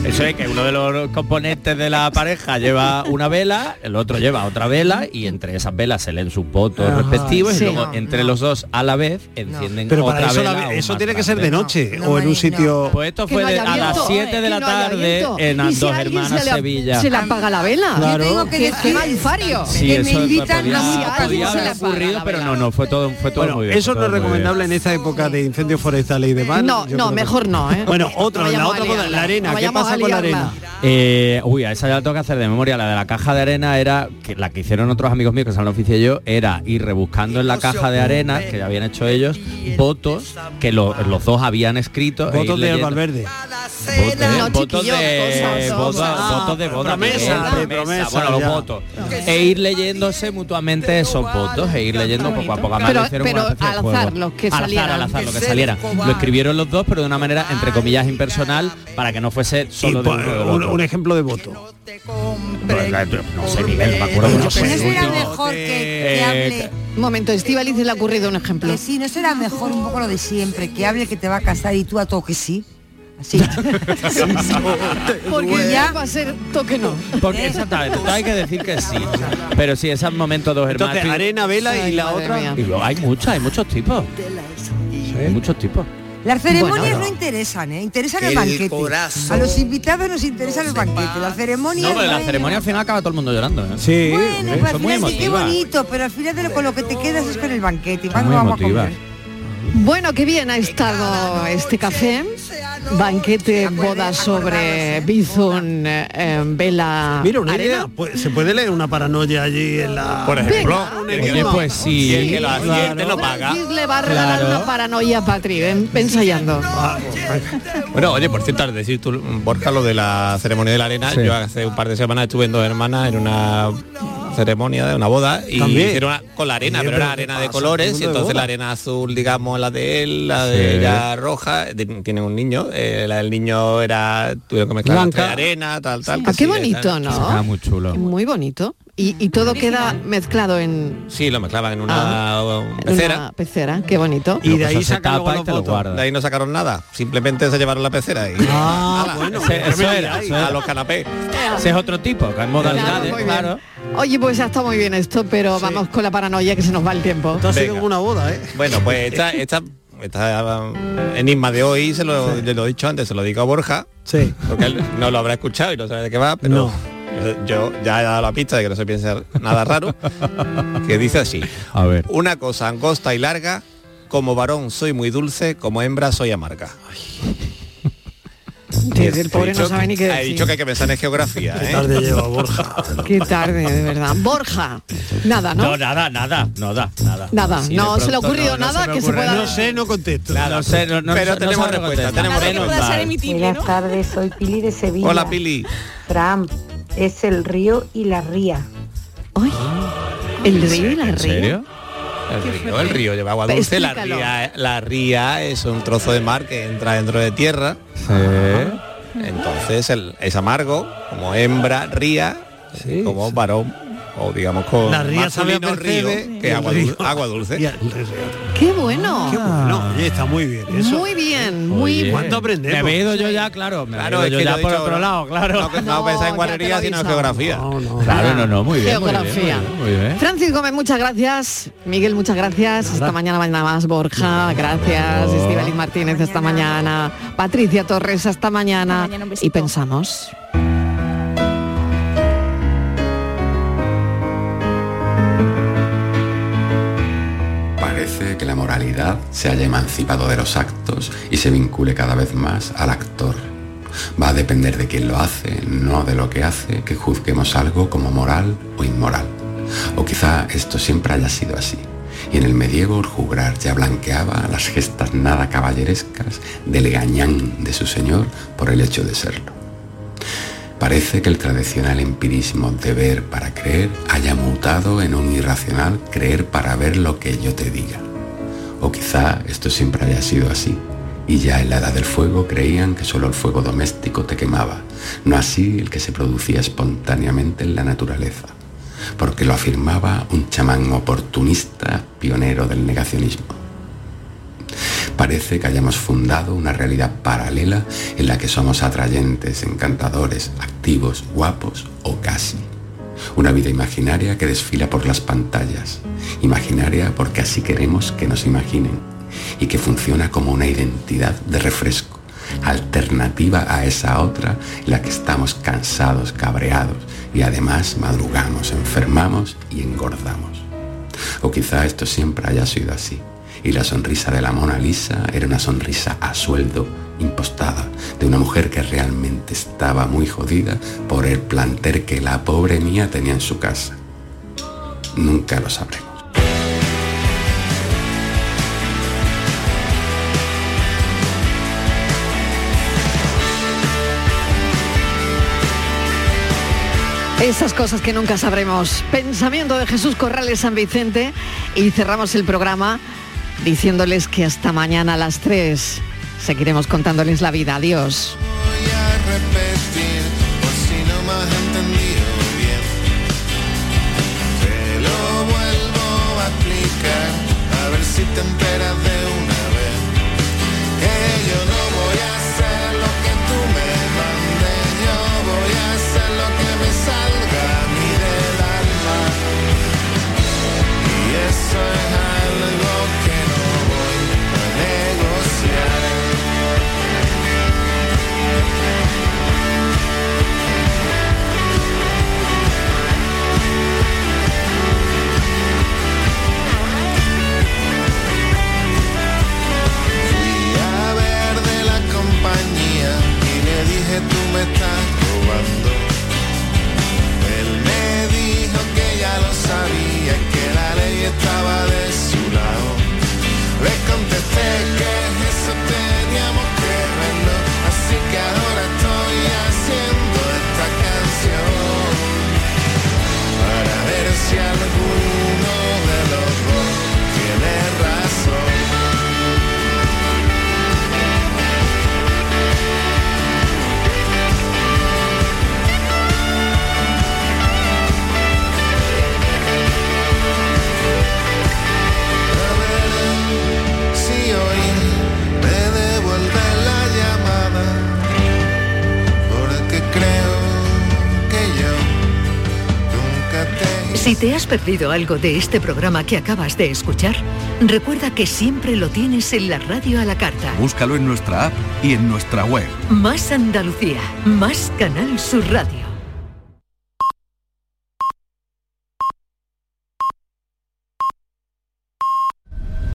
B: Eso es que uno de los componentes de la pareja lleva una vela, el otro lleva otra vela y entre esas velas se leen sus votos
A: Ajá,
B: respectivos
A: sí.
B: y luego
A: No,
B: entre los dos a la vez encienden
A: Pero para
B: otra
A: eso, la
B: vela.
A: ve-
B: o
A: eso
B: más
A: tiene que ser de
B: grande.
A: noche o en un sitio...
B: Pues esto
C: Que
B: fue
C: no
B: de-
C: haya
B: a las
C: viento,
B: 7 de
C: que
B: la
C: no haya
B: tarde
C: viento.
B: en
C: Y
B: las
C: si
B: dos
C: alguien
B: hermanas
C: se le,
B: Sevilla.
C: Se le apaga la vela.
B: Claro. Yo tengo
E: que
C: Qué- qué
E: decir-
C: malfario.
B: Sí, eso podía,
C: no, si alguien
B: podía
C: se le
B: haber
C: apaga
B: ocurrido,
C: la
B: pero no, no, fue todo, fue todo
A: Bueno,
B: muy bien.
A: eso
B: fue
A: no es
B: todo muy bien.
A: recomendable en esta época de incendios forestales y demás.
C: No,
A: yo
C: no,
A: creo que-
C: mejor no, ¿eh?
A: Bueno,
C: No
A: otra, la
C: vayamos
A: otra
C: a
A: cosa,
C: liarla,
A: la arena,
C: no
A: ¿qué
C: vayamos
A: pasa
C: a
A: con la
C: liarla.
A: arena?
B: Eh, uy, a esa ya la tengo que hacer de memoria. La de la caja de arena era, que la que hicieron otros amigos míos que son la oficio yo, era ir rebuscando en la caja de arena, que ya habían hecho ellos, votos que lo- los dos habían escrito. e ir
A: Votos de
B: leyendo.
A: Valverde.
B: Votos,
A: No,
B: votos
A: chiquillo,
B: de,
A: cosas,
B: votos,
A: cosas.
B: votos de boda,
A: Ah, Promesa,
B: que es
A: hombre, promesa,
B: bueno, los
A: ya.
B: votos. E ir leyéndose mutuamente esos votos, e ir leyendo poco a poco. Además,
C: Pero-
B: lo hicieron
C: pero
B: una especie de
C: al
B: juego.
C: azar, los que
B: Al azar,
C: salieran.
B: Al azar, los que
C: Que se
B: salieran.
C: cobarde.
B: Lo escribieron los dos, pero de una manera, entre comillas, impersonal, para que no fuese solo de
A: po-
B: uno del
A: un,
B: otro.
A: un ejemplo de voto.
B: Pues la- No sé, Miguel, no me acuerdo.
A: Pero
B: no sé,
A: no será
B: el último.
E: mejor que, que
B: Eh,
E: hable.
C: Un momento, Estivaliz le ha ocurrido un ejemplo.
E: Que Eh, sí, no será mejor un poco lo de siempre, que hable que te va a casar y tú a todo que sí. Así.
C: Porque ya va a ser toque no.
B: Porque exactamente, hay que decir que sí. Pero sí, esos momentos dos hermanos.
A: Entonces, arena, vela y la otra.
B: Y luego hay muchas, hay muchos tipos. Hay muchos tipos.
E: Las ceremonias
O: Bueno.
E: no interesan, ¿eh? Interesan
B: Que
E: el
B: el
E: banquete.
B: corazón
E: a los invitados nos interesan los banquetes. Las
B: No,
E: ceremonias...
B: pero la
E: bueno,
B: ceremonia al final acaba todo el mundo llorando. ¿eh? Sí,
E: pues al final sí, qué bonito, pero al final de lo, con lo que te quedas es con el banquete. Y
B: Son
E: cuando
B: muy
E: vamos a
B: emotivas.
C: Bueno, qué bien ha estado este café. Banquete, boda sobre Bizun, eh, eh, Vela.
A: Mira, una
C: Arena.
A: idea, pues, se puede leer una paranoia allí en la...
C: Por ejemplo. Venga.
A: Un
B: Oye,
A: enigma.
B: pues sí, Y el que lo hace, claro. el que lo paga.
C: Francis le va a regalar
W: Ah. Claro.
C: una paranoia a Patri, ven, ven ensayando.
W: Bueno, oye, por cierto, al decir tú, Borja, lo de la ceremonia de la arena,
B: Sí.
W: yo hace un par de semanas estuve en dos hermanas en una ceremonia de una boda y
B: También.
W: hicieron una- con la arena,
B: Bien,
W: pero era
B: pero ¿qué
W: arena de
B: pasa?
W: colores
B: Mundo
W: y
B: de
W: entonces
B: boda.
W: la arena azul, digamos, la de él, la de
B: Sí.
W: ella roja, de- tiene un niño, eh, la del niño era, tuvieron que mezclar entre
C: Blanca.
W: arena, tal, tal.
C: Ah,
W: que
C: qué
W: sí,
C: bonito,
W: tal.
C: ¿no?
B: Ah,
C: Muy bonito. Y, y todo queda mezclado en
W: Sí, lo mezclaban en una um, pecera.
C: Ah, una pecera, qué bonito.
W: Luego eso se tapa y te lo guardas. De ahí no sacaron nada, simplemente se llevaron la pecera y
B: Ah, bueno,
W: Ese-
B: eso
W: me
B: era,
W: digáis.
B: eso era.
W: a los canapés.
B: Ese es otro tipo, que hay modalidades,
C: muy bien.
B: claro.
C: Oye, pues ha estado muy bien esto, pero vamos con la paranoia que se nos va el tiempo.
W: Esto ha sido Venga. como
A: una boda, ¿eh?
W: Bueno, pues esta, esta, esta, um, enigma de hoy, se lo, yo lo he dicho antes, se lo digo a Borja,
A: Sí.
W: porque él no lo habrá escuchado y no sabe de qué va, pero yo ya he dado la pista de que no se piensa nada raro, que dice así.
B: A ver.
W: Una cosa angosta y larga, como varón soy muy dulce, como hembra soy amarga.
C: el pobre no sabe ni qué
W: Ha
C: decir.
W: dicho que hay que pensar en geografía. ¿eh?
A: tarde lleva Borja.
C: Qué tarde, de verdad. Borja,
E: ¿Ah,
C: nada, ¿no?
B: No, nada, nada, nada, nada.
C: Nada,
B: Así de
C: no se le ha
B: pronto
C: ocurrido
B: Ah, no, no
C: nada
B: me
C: que se
B: ocurre
C: pueda-
B: nada.
A: No sé, no contesto.
B: Claro, no sé, no- no-
W: Pero
B: no
W: tenemos
B: sabe
W: respuesta,
B: contestar.
W: tenemos
B: Nada que pueda
W: respuesta.
B: ser emitible,
N: Buenas tardes, soy Pili de Sevilla.
W: Hola, Pili.
N: Fran, es el río y la ría.
C: El río y la
W: ¿En
C: ría.
W: serio? El río, el río lleva agua dulce, la
C: Explícalo.
W: ría, la ría es un trozo de mar que entra dentro de tierra. Entonces el- es amargo, como hembra, ría, como varón, o digamos con
A: La ría sabe a
W: masculino río,
A: Mercedes y
W: que
A: el
W: agua,
A: río.
W: dul- agua dulce. Ah.
C: Qué bueno.
A: No, oye, está muy bien eso.
C: Muy bien, muy
W: Oye.
C: bien.
W: ¿Cuánto
B: Me había ido yo ya, claro. Me
W: Claro,
B: había
W: es
B: ido
W: que
B: yo
W: lo
B: ya
W: he
B: por
W: dicho,
B: otro
W: no-
B: lado, claro.
W: No, no pensáis en guarería, sino en geografía.
B: Claro, no, no, muy bien. Muy bien, muy
C: Geografía.
B: bien, muy bien.
C: Francis Gómez, muchas gracias. Miguel, muchas gracias. Hasta mañana, mañana más. Borja, gracias. Estibaliz Martínez, hasta mañana. Patricia Torres, hasta mañana. Y pensamos.
P: Parece que la moralidad se haya emancipado de los actos y se vincule cada vez más al actor. Va a depender de quién lo hace, no de lo que hace, que juzguemos algo como moral o inmoral. O quizá esto siempre haya sido así. Y en el medievo el juglar ya blanqueaba las gestas nada caballerescas del gañán de su señor por el hecho de serlo. Parece que el tradicional empirismo de ver para creer haya mutado en un irracional creer para ver lo que yo te diga. O quizá esto siempre haya sido así, y ya en la edad del fuego creían que solo el fuego doméstico te quemaba, no así el que se producía espontáneamente en la naturaleza, porque lo afirmaba un chamán oportunista pionero del negacionismo. Parece que hayamos fundado una realidad paralela en la que somos atrayentes, encantadores, activos, guapos o casi. Una vida imaginaria que desfila por las pantallas, imaginaria porque así queremos que nos imaginen y que funciona como una identidad de refresco, alternativa a esa otra en la que estamos cansados, cabreados y además madrugamos, enfermamos y engordamos. O quizá esto siempre haya sido así y la sonrisa de la Mona Lisa era una sonrisa a sueldo, impostada, de una mujer que realmente estaba muy jodida por el planter que la pobre mía tenía en su casa. Nunca lo sabremos.
C: Esas cosas que nunca sabremos. Pensamiento de Jesús Corrales San Vicente y cerramos el programa diciéndoles que hasta mañana a las 3 seguiremos contándoles la vida. Adiós.
P: repetir por si no me has entendido bien. Te lo vuelvo a explicar, a ver si te enteras de una vez. Que yo no voy a hacer lo que tú me mandes, yo voy a hacer lo que me salga a mí del alma. Y eso es algo que no voy a negociar.
S: Si te has perdido algo de este programa que acabas de escuchar, recuerda que siempre lo tienes en la radio a la carta.
X: Búscalo en nuestra app y en nuestra web.
S: Más Andalucía, más Canal Sur Radio.